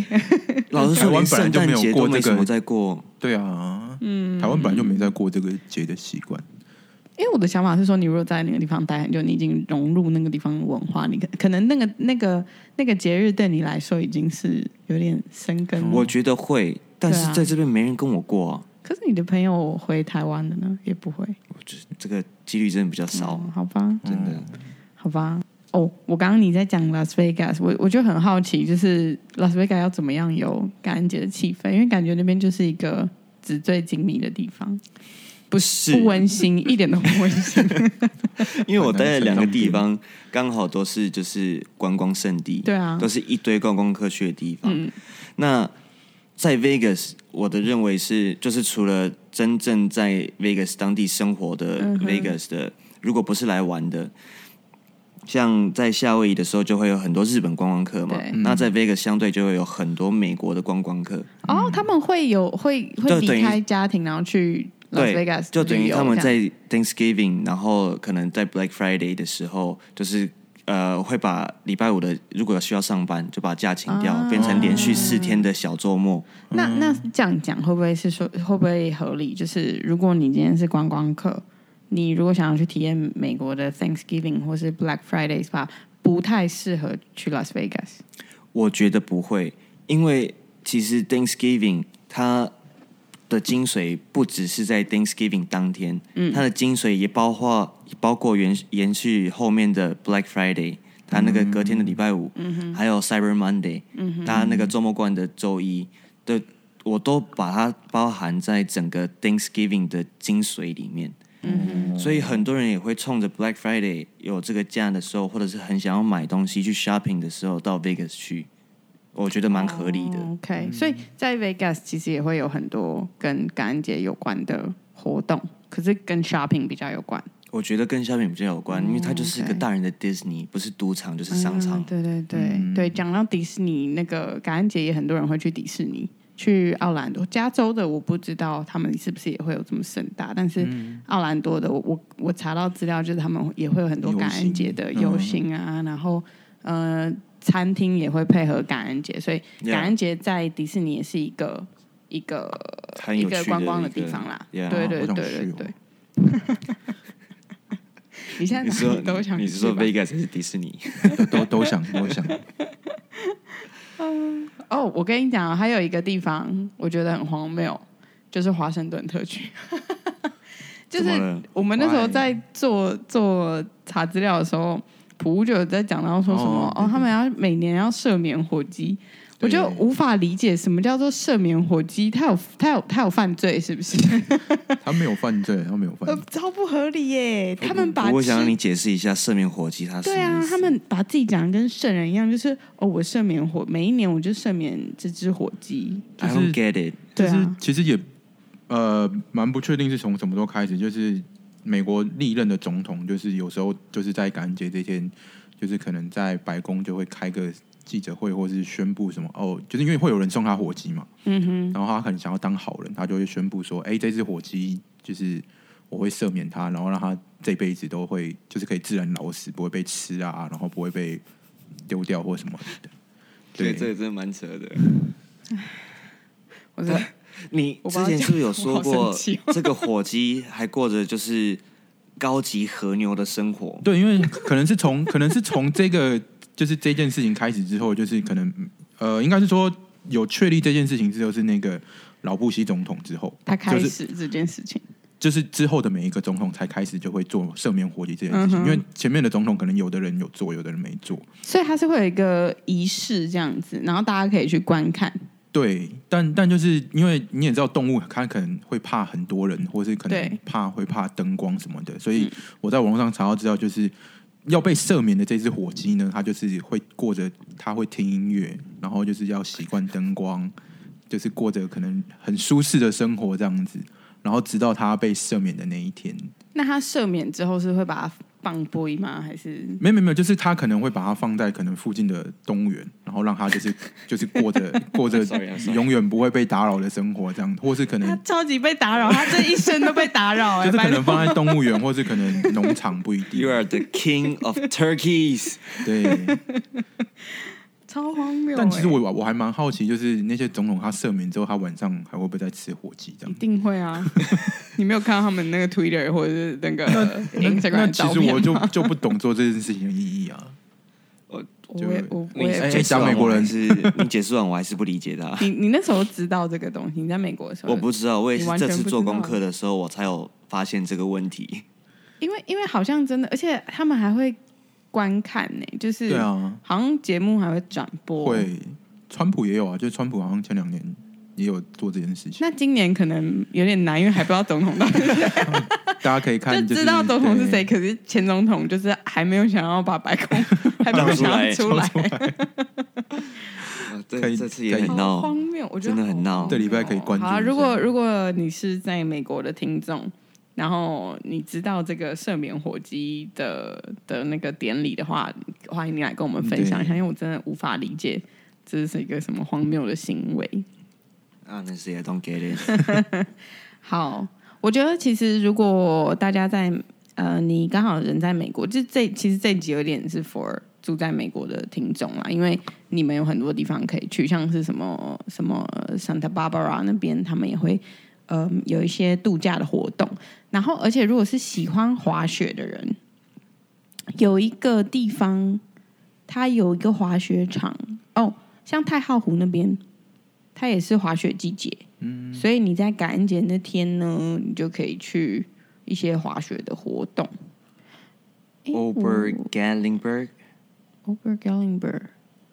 [SPEAKER 3] 老实说，
[SPEAKER 2] 台湾
[SPEAKER 3] 连
[SPEAKER 2] 本来
[SPEAKER 3] 圣
[SPEAKER 2] 就没
[SPEAKER 3] 诞
[SPEAKER 2] 有
[SPEAKER 3] 节
[SPEAKER 2] 过
[SPEAKER 3] 都
[SPEAKER 2] 这个
[SPEAKER 3] 没什么在过。
[SPEAKER 2] 对啊，嗯，台湾本来就没在过这个节的习惯，
[SPEAKER 4] 因为我的想法是说，你如果在那个地方待很久，你已经融入那个地方的文化，你可可能那个那个那个节日对你来说已经是有点生根了。
[SPEAKER 3] 我觉得会，但
[SPEAKER 4] 嗯对
[SPEAKER 3] 是
[SPEAKER 4] 啊
[SPEAKER 3] 在这边没人跟我过啊，
[SPEAKER 4] 可是你的朋友回台湾的呢，也不会。
[SPEAKER 3] 这个几率真的比较少，
[SPEAKER 4] 哦，好吧，
[SPEAKER 3] 真的。
[SPEAKER 4] 好吧。哦，我刚刚你在讲 Las Vegas，我我就很好奇，就是 Las Vegas 要怎么样有感恩节的气氛，因为感觉那边就是一个纸醉金迷的地方，
[SPEAKER 3] 不是
[SPEAKER 4] 不温馨，一点都不 温馨。
[SPEAKER 3] 因为我待的两个地方刚好都是就是观光胜地，
[SPEAKER 4] 对啊嗯
[SPEAKER 3] 都是一堆观光客去的地方。那在 Vegas，我的认为是，就是除了真正在 Vegas 当地生活的
[SPEAKER 4] 嗯
[SPEAKER 3] Vegas 的，如果不是来玩的，像在夏威夷的时候，就会有很多日本观光客嘛
[SPEAKER 4] 对。
[SPEAKER 3] 那在 Vegas 相对就会有很多美国的观光客，
[SPEAKER 4] 哦，他们会有会会
[SPEAKER 3] 嗯就等
[SPEAKER 4] 离
[SPEAKER 3] 于
[SPEAKER 4] 开家庭，然后去 Las
[SPEAKER 3] 对
[SPEAKER 4] Vegas，
[SPEAKER 3] 就等于他们
[SPEAKER 4] 旅游这
[SPEAKER 3] 在
[SPEAKER 4] 样
[SPEAKER 3] Thanksgiving，然后可能在 Black Friday 的时候，就是呃会把礼拜五的如果需要上班，就把假请掉，
[SPEAKER 4] 啊
[SPEAKER 3] 变成连续四天的小周末。
[SPEAKER 4] 那
[SPEAKER 3] 嗯
[SPEAKER 4] 那这样讲会不会是说会不会合理？就是如果你今天是观光客，你如果想要去体验美国的 Thanksgiving 或是 Black Friday Spa，不太适合去 Las Vegas。
[SPEAKER 3] 我觉得不会，因为其实 Thanksgiving 它的精髓不只是在 Thanksgiving 当天，它的精髓也包括包括延延续后面的 Black Friday，它那个隔天的礼拜五，还有 Cyber Monday，、它那个周末冠的周一的，我都把它包含在整个 Thanksgiving 的精髓里面。所以很多人也会冲着 Black Friday 有这个价的时候，或者是很想要买东西去 shopping 的时候，到 Vegas 去，我觉得蛮合理的。
[SPEAKER 4] 哦 OK，、所以在 Vegas 其实也会有很多跟感恩节有关的活动，可是跟 shopping 比较有关。
[SPEAKER 3] 我觉得跟 shopping 比较有关，因为它就是一个
[SPEAKER 4] 嗯 OK
[SPEAKER 3] 大人的 Disney，不是赌场就是商场。
[SPEAKER 4] 嗯对对对、对，讲到迪士尼，那个感恩节也很多人会去迪士尼，去奥兰多、加州的，我不知道他们是不是也会有这么盛大，但是
[SPEAKER 3] 嗯
[SPEAKER 4] 奥兰多的，我我我查到资料，就是他们也会有很多
[SPEAKER 2] 游行
[SPEAKER 4] 感恩节的
[SPEAKER 2] 嗯
[SPEAKER 4] 游行啊，然后呃，餐厅也会配合感恩节，所以
[SPEAKER 3] Yeah
[SPEAKER 4] 感恩节在迪士尼也是一个一个
[SPEAKER 3] 很
[SPEAKER 4] 一
[SPEAKER 3] 有趣的
[SPEAKER 4] 个观光的地方啦，
[SPEAKER 3] 一个 Yeah
[SPEAKER 4] 对对
[SPEAKER 2] 我
[SPEAKER 4] 对
[SPEAKER 2] 想
[SPEAKER 4] 对
[SPEAKER 2] 去哦
[SPEAKER 4] 对。 你现在
[SPEAKER 3] 你
[SPEAKER 4] 哪
[SPEAKER 3] 说
[SPEAKER 4] 里都想
[SPEAKER 3] 你
[SPEAKER 4] 去
[SPEAKER 3] 是说
[SPEAKER 4] 吧
[SPEAKER 3] Vegas 还是迪士尼？
[SPEAKER 2] 都 都都想都想，
[SPEAKER 4] 哦，我跟你讲啊，还有一个地方我觉得很荒谬，就是华盛顿特区。 就
[SPEAKER 3] 怎么
[SPEAKER 4] 是
[SPEAKER 3] 了
[SPEAKER 4] 我们那时候
[SPEAKER 3] Why？
[SPEAKER 4] 在做做查资料的时候，普乌就有在讲到说什么
[SPEAKER 2] 哦
[SPEAKER 4] 哦他
[SPEAKER 3] 嗯
[SPEAKER 4] 们要每年要赦免火鸡，我
[SPEAKER 2] 对
[SPEAKER 4] 就无法理解什么叫做赦免火鸡，他有他有他有犯罪是 不是？
[SPEAKER 2] 他没有犯罪，他没有犯
[SPEAKER 4] 呃
[SPEAKER 2] 罪，
[SPEAKER 4] 超不合理耶！他们把
[SPEAKER 3] 我
[SPEAKER 4] 吃
[SPEAKER 3] 想让你解释一下赦免火鸡它是
[SPEAKER 4] 对啊，他
[SPEAKER 3] 们
[SPEAKER 4] 们把自己讲的跟圣人一样，就是哦，我赦免火，每一年我就赦免这只火鸡。
[SPEAKER 2] 就
[SPEAKER 3] I
[SPEAKER 2] 是
[SPEAKER 3] don't get it。
[SPEAKER 2] 就
[SPEAKER 4] 对
[SPEAKER 2] 是
[SPEAKER 4] 啊，
[SPEAKER 2] 其实也呃蛮不确定是从什么时候开始，就是美国历任的总统，就是有时候就是在感恩节这天，就是可能在白宫就会开个记者会，或是宣布什么哦，就是因为会有人送他火鸡嘛，
[SPEAKER 4] 嗯哼。
[SPEAKER 2] 然后他可能想要当好人，他就会宣布说，哎，这只火鸡就是我会赦免他，然后让他这辈子都会就是可以自然老死，不会被吃啊，然后不会被丢掉或什么的。对，
[SPEAKER 3] 个真的蛮扯的。
[SPEAKER 4] 我真的
[SPEAKER 3] 你
[SPEAKER 4] 我
[SPEAKER 3] 之
[SPEAKER 4] 把它
[SPEAKER 3] 前
[SPEAKER 4] 讲
[SPEAKER 3] 是不是有说
[SPEAKER 4] 我好
[SPEAKER 3] 过
[SPEAKER 4] 生气，
[SPEAKER 3] 这个火鸡还过着就是高级和牛的 生活？
[SPEAKER 2] 对，因为可能是从可能是从这个就是这件事情开始之后，就是可能呃，应该是说有确立这件事情之后是那个老布希总统之后，
[SPEAKER 4] 他开
[SPEAKER 2] 就是
[SPEAKER 4] 始这件事情，
[SPEAKER 2] 就是之后的每一个总统才开始就会做赦免火鸡这件事情，
[SPEAKER 4] 嗯哼
[SPEAKER 2] 因为前面的总统可能有的人有做，有的人没做。
[SPEAKER 4] 所以他是会有一个仪式这样子，然后大家可以去观看。
[SPEAKER 2] 对，但但就是因为你也知道，动物它可能会怕很多人，或是可能
[SPEAKER 4] 对
[SPEAKER 2] 怕会怕灯光什么的，所以我在网络上查到知道，就是要被赦免的这只火鸡呢，它就是会过着，它会听音乐，然后就是要习惯灯光，就是过着可能很舒适的生活这样子，然后直到它被赦免的那一天，
[SPEAKER 4] 那他赦免之后是会把它放归吗？还是
[SPEAKER 2] 没有没有没有，就是他可能会把它放在可能附近的动物园，然后让它就是就是过着过着
[SPEAKER 3] Sorry, I'm sorry.
[SPEAKER 2] 永远不会被打扰的生活这样，或是可
[SPEAKER 4] 他
[SPEAKER 2] 能
[SPEAKER 4] 超级被打扰，他这一生都被打扰 哎、
[SPEAKER 2] 就是可
[SPEAKER 4] 拜托
[SPEAKER 2] 能放在动物园，或是可能农场不一 定。
[SPEAKER 3] You are the king of turkeys 。
[SPEAKER 2] 对，
[SPEAKER 4] 超荒谬、欸。
[SPEAKER 2] 但其实我我我还蛮好奇，就是那些总统他赦免之后，他晚上还会不会再吃火鸡这
[SPEAKER 4] 一
[SPEAKER 2] 样？
[SPEAKER 4] 定会啊！ 你没有看到他们那个 Twitter 或者是那个
[SPEAKER 2] 那嗯那
[SPEAKER 4] Instagram 的
[SPEAKER 2] 其
[SPEAKER 4] 照
[SPEAKER 2] 实
[SPEAKER 4] 片
[SPEAKER 2] 我
[SPEAKER 4] 吗
[SPEAKER 2] 就就不懂做这件事情的意义啊。就
[SPEAKER 4] 我也我我
[SPEAKER 3] 你
[SPEAKER 2] 哎
[SPEAKER 4] 也
[SPEAKER 3] 解释完
[SPEAKER 2] 讲美国人
[SPEAKER 3] 我还是你解释完， 我还是不理解 他。
[SPEAKER 4] 你你那时候知道这个东西，你在美国的时候，
[SPEAKER 3] 我不知道，我也是
[SPEAKER 4] 你完
[SPEAKER 3] 这
[SPEAKER 4] 全
[SPEAKER 3] 次
[SPEAKER 4] 不
[SPEAKER 3] 做
[SPEAKER 4] 知道
[SPEAKER 3] 功课的时候，我才有发现这个问题。
[SPEAKER 4] 因为因为好像真的，而且他们还会观看呢、 就是
[SPEAKER 2] 对啊，
[SPEAKER 4] 好像节目还会转播。，
[SPEAKER 2] 会，川普也有啊，就是川普好像前两年也有做这件事情，
[SPEAKER 4] 那今年可能有点难，因为还不知道总统到底是
[SPEAKER 2] 大家可以 看、
[SPEAKER 4] 就
[SPEAKER 2] 就是，
[SPEAKER 4] 知道总统是
[SPEAKER 2] 对
[SPEAKER 4] 谁，可是前总统就是还没有想要把白 宫还没有想要
[SPEAKER 3] 交
[SPEAKER 4] 出来，哎
[SPEAKER 3] 啊
[SPEAKER 2] 可以
[SPEAKER 3] 对，这次也
[SPEAKER 2] 可以
[SPEAKER 3] 很
[SPEAKER 4] 好
[SPEAKER 3] 闹
[SPEAKER 4] 荒。谬，我觉
[SPEAKER 3] 真
[SPEAKER 4] 得
[SPEAKER 3] 的很闹
[SPEAKER 4] 好荒谬哦
[SPEAKER 2] 这礼拜可以关注
[SPEAKER 4] 好啊、
[SPEAKER 2] 一下
[SPEAKER 4] 如果如果你是在美国的听众。然后你知道这个赦免火鸡的的那个典礼的话，欢迎你来跟我们分享一下，因为我真的无法理解这是一个什么荒谬的行为。
[SPEAKER 3] Honestly, I 啊 don't get it.
[SPEAKER 4] 好，我觉得其实如果大家在呃，你刚好人在美国，就这其实这集有点是 for 住在美国的听众啦，因为你们有很多地方可以去，像是什么什么 Santa Barbara 那边，他们也会。呃有一些度假的活动，然后而且如果是喜欢滑雪的人，有一个地方，它有一个滑雪场哦，像太浩湖那边，它也是滑雪季节，所以你在感恩节那天呢，你就可以去一些滑雪的活动。
[SPEAKER 3] Ober Gallenberg，
[SPEAKER 4] Ober Gallenberg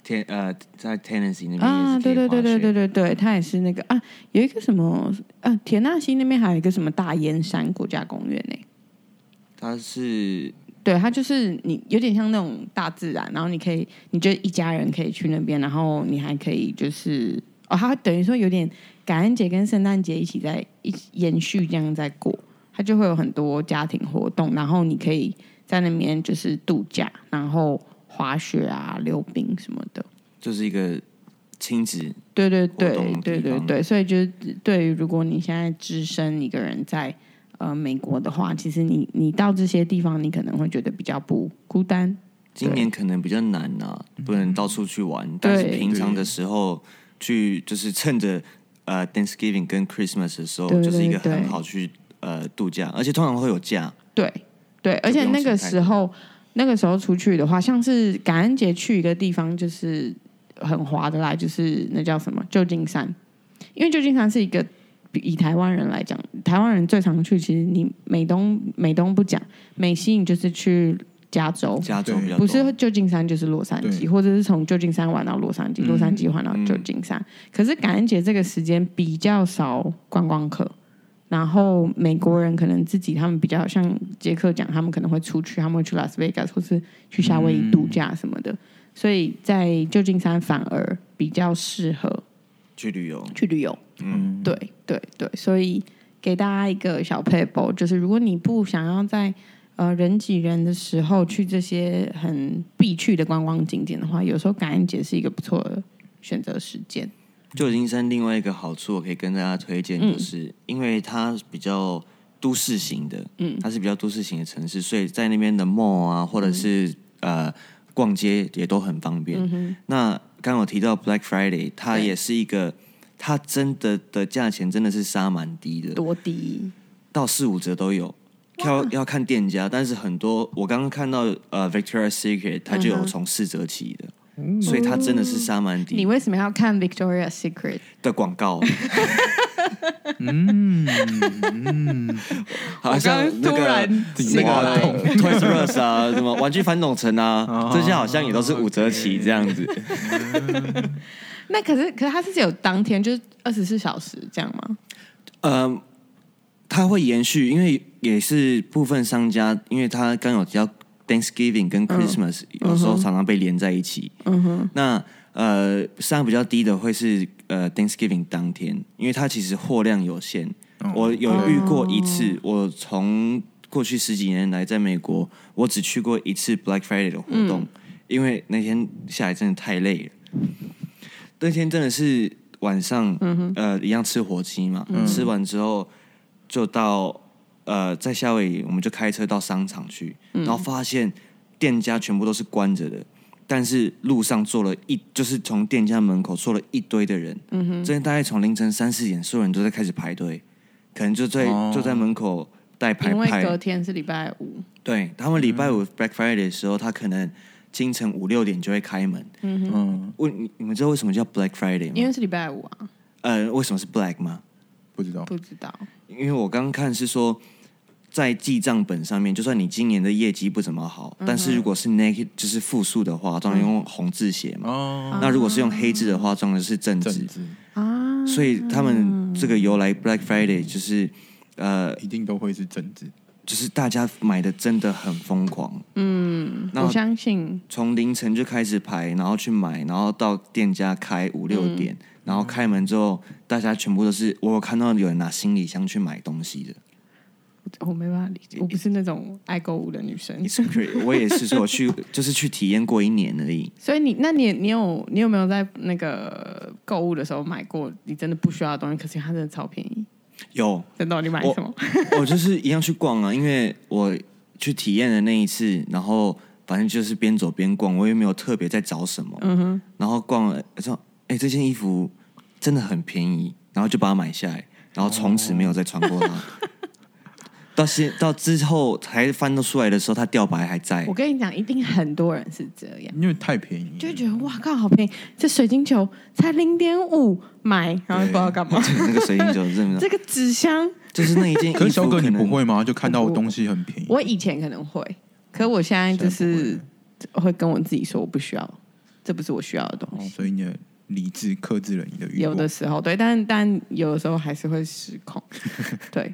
[SPEAKER 3] 天呃，在 Tennessee 那边
[SPEAKER 4] 啊，
[SPEAKER 3] 也是可
[SPEAKER 4] 对
[SPEAKER 3] 以
[SPEAKER 4] 对
[SPEAKER 3] 滑雪
[SPEAKER 4] 对对对对对，它也是那个啊，有一个什么啊，田纳西那边还有一个什么大燕山国家公园呢、
[SPEAKER 3] 它是
[SPEAKER 4] 对，它就是你有点像那种大自然，然后你可以，你就一家人可以去那边，然后你还可以就是哦，它等于说有点感恩节跟圣诞节一起在一起延续这样在过，它就会有很多家庭活动，然后你可以在那边就是度假，然后滑雪啊、溜冰什么的。
[SPEAKER 3] 就是一个亲子
[SPEAKER 4] 对对对
[SPEAKER 3] 活动的
[SPEAKER 4] 对
[SPEAKER 3] 地
[SPEAKER 4] 对
[SPEAKER 3] 方
[SPEAKER 4] 对，所以就是对于如果你现在只身一个人在呃美国的话，其实你你到这些地方，你可能会觉得比较不孤单。
[SPEAKER 3] 今年可能比较难啊，
[SPEAKER 2] 嗯
[SPEAKER 3] 不能到处去玩，但是平常的时候去，就是趁着呃 Thanksgiving 跟 Christmas 的时候，
[SPEAKER 4] 对
[SPEAKER 3] 就是一个
[SPEAKER 4] 对
[SPEAKER 3] 很
[SPEAKER 4] 对
[SPEAKER 3] 好去呃度假，而且通常会有假。
[SPEAKER 4] 对对，而且
[SPEAKER 3] 不用
[SPEAKER 4] 那个
[SPEAKER 3] 想太
[SPEAKER 4] 时候那个时候出去的话，像是感恩节去一个地方，就是很划得来，就是那叫什么旧金山，因为旧金山是一个。以台湾人来讲，台湾人最常去，其实你美东美东不讲，美西你就是去加州，
[SPEAKER 3] 加州
[SPEAKER 2] 对
[SPEAKER 3] 比较
[SPEAKER 4] 不
[SPEAKER 3] 多
[SPEAKER 4] 是旧金山就是洛杉
[SPEAKER 2] 对
[SPEAKER 4] 矶，或者是从旧金山玩到洛杉矶，
[SPEAKER 2] 嗯
[SPEAKER 4] 洛杉矶玩到旧金山。可是感恩节这个时间比较少观光客，然后美国人可能自己他们比较像杰克讲，他们可能会出去，他们会去拉斯维加斯或是去夏威夷度假什么的，所以在旧金山反而比较适合
[SPEAKER 3] 去旅游，
[SPEAKER 4] 去旅游。
[SPEAKER 2] 嗯，
[SPEAKER 4] 对对对，所以给大家一个小 paper，就是如果你不想要在呃人挤人的时候去这些很必去的观光景点的话，有时候感恩节是一个不错的选择时间。
[SPEAKER 3] 旧金山另外一个好处，我可以跟大家推荐，就是、因为它比较都市型的，嗯，它是比较都市型的城市，所以在那边的 mall 啊，或者是、呃逛街也都很方便。那刚刚有提到 Black Friday，它
[SPEAKER 4] 对
[SPEAKER 3] 也是一个，它真的的价钱真的是杀蛮低的，
[SPEAKER 4] 多低？
[SPEAKER 3] 到四五折都有，要要看店家，但是很多我刚刚看到呃 Victoria Secret 它就有从四折起的，所以它真的是杀蛮
[SPEAKER 4] 你
[SPEAKER 3] 低
[SPEAKER 4] 为什么要看 Victoria Secret？
[SPEAKER 3] 的广告。好像
[SPEAKER 4] 嗯我刚
[SPEAKER 3] 那
[SPEAKER 4] 突
[SPEAKER 3] 个
[SPEAKER 4] 然
[SPEAKER 3] 那个
[SPEAKER 4] 醒来
[SPEAKER 3] Toys R Us 啊，什么玩具反斗城啊
[SPEAKER 2] 哦，
[SPEAKER 3] 这些好像也都是五折起
[SPEAKER 4] 哦
[SPEAKER 3] 这样子。
[SPEAKER 4] 那可是可是它是只有当天，就是二十四小时这样吗？
[SPEAKER 3] 呃，它会延续，因为也是部分商家，因为它刚有提到 Thanksgiving 跟 Christmas，、有时候常常被连在一起。嗯哼，那呃，商比较低的会是呃 Thanksgiving 当天，因为它其实货量有限。我有遇过一次，我从过去十几年来在美国，我只去过一次 Black Friday 的活动，因为那天下来真的太累了。那天真的是晚上，
[SPEAKER 4] 嗯
[SPEAKER 3] 呃，一样吃火鸡嘛，吃完之后就到呃，在夏威夷，我们就开车到商场去，
[SPEAKER 4] 嗯
[SPEAKER 3] 然后发现店家全部都是关着的，但是路上坐了一，就是从店家门口坐了一堆的人，嗯真的大概从凌晨三四点，所有人都在开始排队，可能就在、
[SPEAKER 2] 哦
[SPEAKER 3] 就在门口带排
[SPEAKER 4] 因为
[SPEAKER 3] 排
[SPEAKER 4] 隔天是礼拜五，
[SPEAKER 3] 对他们礼拜五 Black Friday 的时候，他可能清晨五六点就会开门。
[SPEAKER 2] 嗯，
[SPEAKER 3] 问你你们知道为什么叫 Black Friday 吗？
[SPEAKER 4] 因为是礼拜五啊，
[SPEAKER 3] 呃，为什么是 Black 吗？
[SPEAKER 2] 不知道，
[SPEAKER 4] 不知道。
[SPEAKER 3] 因为我刚看是说，在记账本上面，就算你今年的业绩不怎么好，但是如果是 negative 就是负数的话，当然用红字写嘛。
[SPEAKER 2] 哦，
[SPEAKER 3] 那如果是用黑字的话，装的是正字。
[SPEAKER 2] 政治
[SPEAKER 3] 所以他们这个由来 Black Friday 就是呃，
[SPEAKER 2] 一定都会是政治，
[SPEAKER 3] 就是大家买的真的很疯狂。嗯，那
[SPEAKER 4] 我相信
[SPEAKER 3] 从凌晨就开始排，然后去买，然后到店家开五六点，然后开门之后，大家全部都是我有看到有人拿行李箱去买东西的。
[SPEAKER 4] 我没办法理解，我不是那种爱购物的女生，
[SPEAKER 3] It's crazy，我也是说我去就是去体验过一年而已。
[SPEAKER 4] 所以你，那你你有你有没有在那个购物的时候买过你真的不需要的东西？可是它真的超便宜，
[SPEAKER 3] 有，
[SPEAKER 4] 真的哦、你买
[SPEAKER 3] 我
[SPEAKER 4] 什么？
[SPEAKER 3] 我就是一样去逛啊，因为我去体验的那一次，然后反正就是边走边逛，我也没有特别在找什么。嗯哼，然后逛了说，哎、这件衣服真的很便宜，然后就把它买下来，然后从此没有再穿过它。
[SPEAKER 4] 哦
[SPEAKER 3] 到现到之后还翻到出来的时候，它吊牌还在
[SPEAKER 4] 我。跟你讲，一定很多人是这样，
[SPEAKER 2] 因为太便宜
[SPEAKER 4] 就会觉得哇靠，好便宜！这水晶球才零点五，买，然后不知道干 嘛。
[SPEAKER 3] 那个水晶球 真的
[SPEAKER 4] 这，个纸箱，
[SPEAKER 3] 就是那一件衣服。
[SPEAKER 2] 可是小葛你不会吗？就看到
[SPEAKER 4] 我
[SPEAKER 2] 东西很便宜，
[SPEAKER 4] 我以前可能会，可我现在就是会跟我自己说，我不需要，这不是我需要的东
[SPEAKER 2] 哦
[SPEAKER 4] 西。
[SPEAKER 2] 所以你的理智克制了你的欲
[SPEAKER 4] 有
[SPEAKER 2] 望。
[SPEAKER 4] 的时候对，但但有的时候还是会失控，对。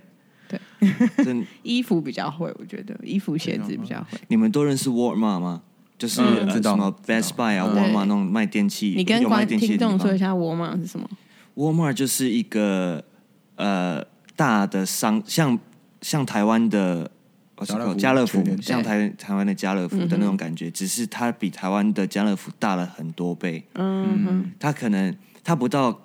[SPEAKER 3] 真
[SPEAKER 4] 衣服比较会，我觉得衣服鞋子比较会。
[SPEAKER 3] 你们都认识沃尔玛吗？就是、
[SPEAKER 2] 嗯
[SPEAKER 3] 呃
[SPEAKER 2] 知道
[SPEAKER 3] 什么 Best Buy 啊，
[SPEAKER 2] 嗯
[SPEAKER 3] 沃尔玛那种卖电器，
[SPEAKER 4] 你跟
[SPEAKER 3] 有卖
[SPEAKER 4] 观
[SPEAKER 3] 电器
[SPEAKER 4] 听
[SPEAKER 3] 的地
[SPEAKER 4] 众
[SPEAKER 3] 方
[SPEAKER 4] 说一下沃尔玛是什么？
[SPEAKER 3] Walmart 就是一个呃大的商，像像台湾的我是
[SPEAKER 2] 家乐福
[SPEAKER 3] 家乐福
[SPEAKER 2] 全联，
[SPEAKER 3] 像台台湾的家乐
[SPEAKER 4] 嗯
[SPEAKER 3] 福的那种感觉，只是它比台湾的家乐福大了很多倍。
[SPEAKER 4] 嗯哼，
[SPEAKER 3] 它可能它不到，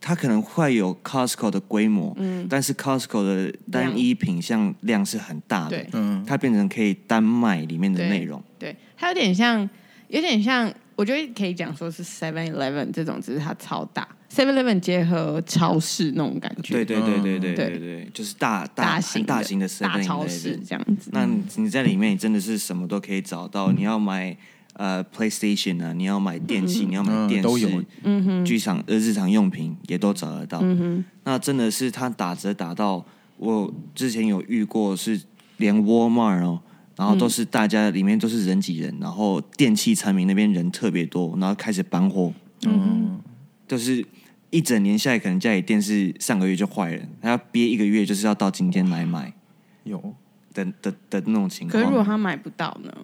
[SPEAKER 3] 它可能会有 Costco 的规模，
[SPEAKER 4] 嗯
[SPEAKER 3] 但是 Costco 的单一品项量是很大的
[SPEAKER 4] 对，
[SPEAKER 2] 嗯，
[SPEAKER 3] 它变成可以单卖里面的
[SPEAKER 4] 对
[SPEAKER 3] 内容。
[SPEAKER 4] 对，它有点像，有点像，我觉得可以讲说是 Seven Eleven 这种，只是它超大，Seven Eleven 结合超市那种感觉，
[SPEAKER 3] 对对对对对
[SPEAKER 4] 对
[SPEAKER 3] 对对，就是大
[SPEAKER 4] 嗯大
[SPEAKER 3] 大
[SPEAKER 4] 型
[SPEAKER 3] 很大型的
[SPEAKER 4] 大
[SPEAKER 3] 7-Eleven
[SPEAKER 4] 超市这样子。
[SPEAKER 3] 那你你在里面，你真的是什么都可以找到。你要买呃 PlayStation 啊，你要买电器，你要买
[SPEAKER 2] 嗯
[SPEAKER 3] 电视，
[SPEAKER 2] 都有
[SPEAKER 3] 嗯哼，剧场呃日常用品也都找得到。嗯哼，那真的是他打折打到我之前有遇过，是连 Walmart 哦，然后都是大家里面都是人挤人，然后电器产品那边人特别多，然后开始搬货，
[SPEAKER 2] 嗯，
[SPEAKER 3] 就是。一整年下来，可能家里电视上个月就坏了，还要憋一个月，就是要到今天来买
[SPEAKER 2] 有
[SPEAKER 3] 的的的那种情
[SPEAKER 4] 可
[SPEAKER 3] 况。
[SPEAKER 4] 是如果他买不到呢？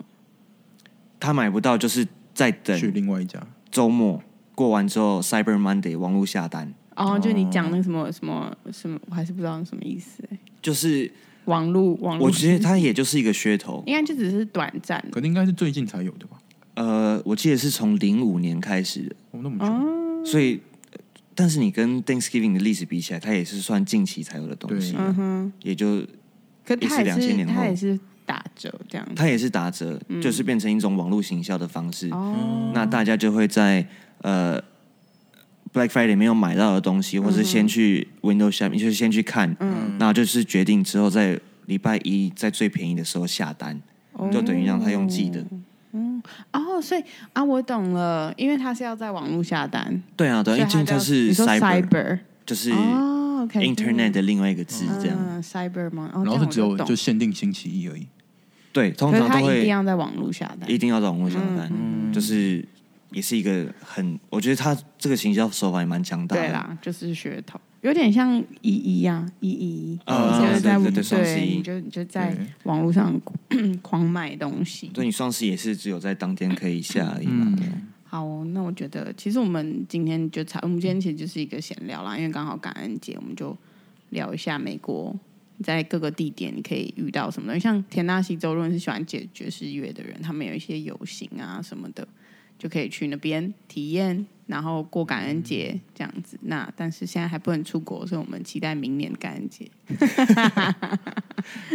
[SPEAKER 3] 他买不到，就是在
[SPEAKER 2] 去
[SPEAKER 3] 等
[SPEAKER 2] 另外一家，
[SPEAKER 3] 周末过完之后 Cyber Monday 网络下单，
[SPEAKER 4] 哦，就你讲那什么什么什么，我还是不知道什么意思、欸。
[SPEAKER 3] 就是
[SPEAKER 4] 网络网络
[SPEAKER 3] 我，觉得它也就是一个噱头。
[SPEAKER 4] 应该就只是短暂的。
[SPEAKER 2] 可能应该是最近才有的吧？
[SPEAKER 3] 呃，我记得是从零五年开始的，
[SPEAKER 2] 哦，那么久，
[SPEAKER 3] 所以呃但是你跟 Thanksgiving 的历史比起来，它也是算近期才有的东西
[SPEAKER 2] 对
[SPEAKER 3] 啊、
[SPEAKER 4] 嗯
[SPEAKER 3] 也就
[SPEAKER 4] 可它
[SPEAKER 3] 也
[SPEAKER 4] 也
[SPEAKER 3] 是2000
[SPEAKER 4] 是
[SPEAKER 3] 年后
[SPEAKER 4] 它也是打折这样子。
[SPEAKER 3] 它也是打折，
[SPEAKER 4] 嗯
[SPEAKER 3] 就是变成一种网络行销的方式。
[SPEAKER 4] 哦，
[SPEAKER 3] 那大家就会在呃。 Black Friday 没有买到的东
[SPEAKER 4] 嗯
[SPEAKER 3] 西，或是先去 Windows 下面，就是先去看，然后就是决定之后在礼拜一在最便宜的时候下单，就等于让他用寄的。
[SPEAKER 4] 哦，所以啊，我懂了，因为他是要在网络下单，
[SPEAKER 3] 对啊，对啊，因为
[SPEAKER 4] 所
[SPEAKER 3] 今
[SPEAKER 4] 以它叫
[SPEAKER 3] 天是
[SPEAKER 4] 你说
[SPEAKER 3] Cyber，
[SPEAKER 4] cyber
[SPEAKER 3] 就是
[SPEAKER 4] 哦，OK
[SPEAKER 3] Internet 的另外一个字，这样。
[SPEAKER 4] 嗯，cyber 吗？
[SPEAKER 2] 然后是只有
[SPEAKER 4] 就
[SPEAKER 2] 就限定星期一而已。
[SPEAKER 3] 对，通
[SPEAKER 4] 可是
[SPEAKER 3] 常
[SPEAKER 4] 他
[SPEAKER 3] 都
[SPEAKER 4] 一定
[SPEAKER 3] 会
[SPEAKER 4] 要在嗯网络下单
[SPEAKER 3] 一定要找网络下单，就是也是一个很，我觉得他这个行销手法也蛮强大的。
[SPEAKER 4] 对啦，就是噱头，有点像一一呀，一一，
[SPEAKER 3] 啊
[SPEAKER 4] 就是在
[SPEAKER 3] 对对对双十一
[SPEAKER 4] 你就你就在
[SPEAKER 2] 对
[SPEAKER 4] 网络上 狂买东西。
[SPEAKER 3] 对你双十也是只有在当天可以下而已嘛。
[SPEAKER 2] 嗯，
[SPEAKER 4] 好哦、那我觉得其实我们今天就差，我们今天其实就是一个闲聊啦，因为刚好感恩节，我们就聊一下美国在各个地点你可以遇到什么东西。像田纳西州，如果你是喜欢解爵士乐的人，他们有一些游行啊什么的，就可以去那边体验，然后过感恩节这样子。那但是现在还不能出国，所以我们期待明年感恩节。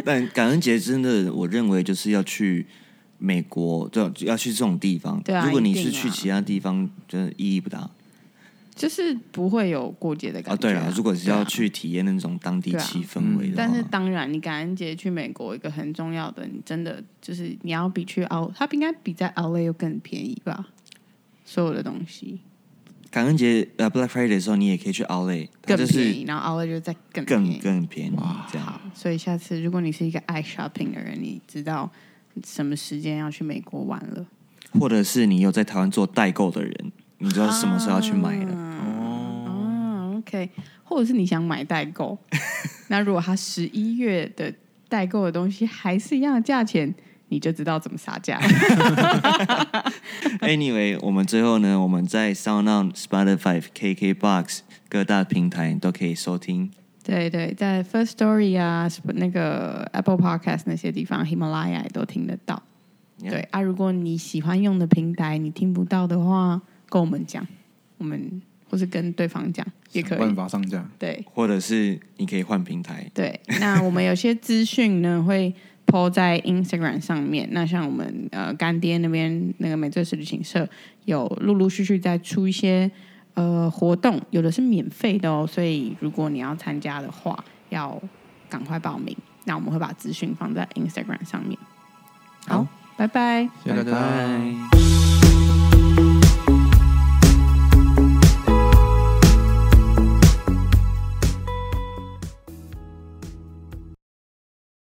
[SPEAKER 3] 但感恩节真的，我认为就是要去美国，对，要去这种地方。
[SPEAKER 4] 对啊
[SPEAKER 3] 如果你
[SPEAKER 4] 一
[SPEAKER 3] 是
[SPEAKER 4] 定啊
[SPEAKER 3] 去其他地方，真的意义不大
[SPEAKER 4] 就是不会有过节的感觉、
[SPEAKER 3] 啊。对啦，如果是
[SPEAKER 4] 对啊
[SPEAKER 3] 要去体验那种当地
[SPEAKER 4] 对啊
[SPEAKER 3] 气氛围的话，
[SPEAKER 4] 但是当然，你感恩节去美国一个很重要的，你真的就是你要比去澳，它应该比在 LA 又更便宜吧？所有的东西
[SPEAKER 3] 感恩节呃 Black Friday 的时候，你也可以去 Outlet，它
[SPEAKER 4] 更
[SPEAKER 3] 就
[SPEAKER 4] 便
[SPEAKER 3] 是
[SPEAKER 4] 宜，然后 LA 就再更便
[SPEAKER 3] 更
[SPEAKER 4] 宜。
[SPEAKER 3] 更便宜这样。
[SPEAKER 4] 所以下次如果你是一个爱 shopping 的人，你知道什么时间要去美国玩了。
[SPEAKER 3] 或者是你有在台湾做代购的人，你知道什么时候要去买
[SPEAKER 4] 啊
[SPEAKER 3] 了。
[SPEAKER 4] 嗯，OK，或者是你想买代 购，那如果他十一月的代购的东西还是一样的价钱，你就知道怎么杀价了。
[SPEAKER 3] Anyway，我们最后呢，我们在 Sound On、Spotify、KKBox 各大平台都可以收听。
[SPEAKER 4] 对对，在 First Story 啊，什么那个 Apple Podcast 那些地方，Himalaya 也都听得到。
[SPEAKER 3] Yeah
[SPEAKER 4] 对啊，如果你喜欢用的平台你听不到的话，跟我们讲，我们或是跟对方讲也可
[SPEAKER 2] 想办
[SPEAKER 4] 以。
[SPEAKER 2] 法上架。
[SPEAKER 4] 对
[SPEAKER 3] 或者是你可以换平台。
[SPEAKER 4] 对，那我们有些资讯呢会 po 在 Instagram 上面。那像我们呃干爹那边那个美醉十旅行社有陆陆续续在出一些呃活动，有的是免费的哦，所以如果你要参加的话，要赶快报名。那我们会把资讯放在 Instagram 上面。好，拜拜。
[SPEAKER 2] 谢谢大家。
[SPEAKER 3] 拜拜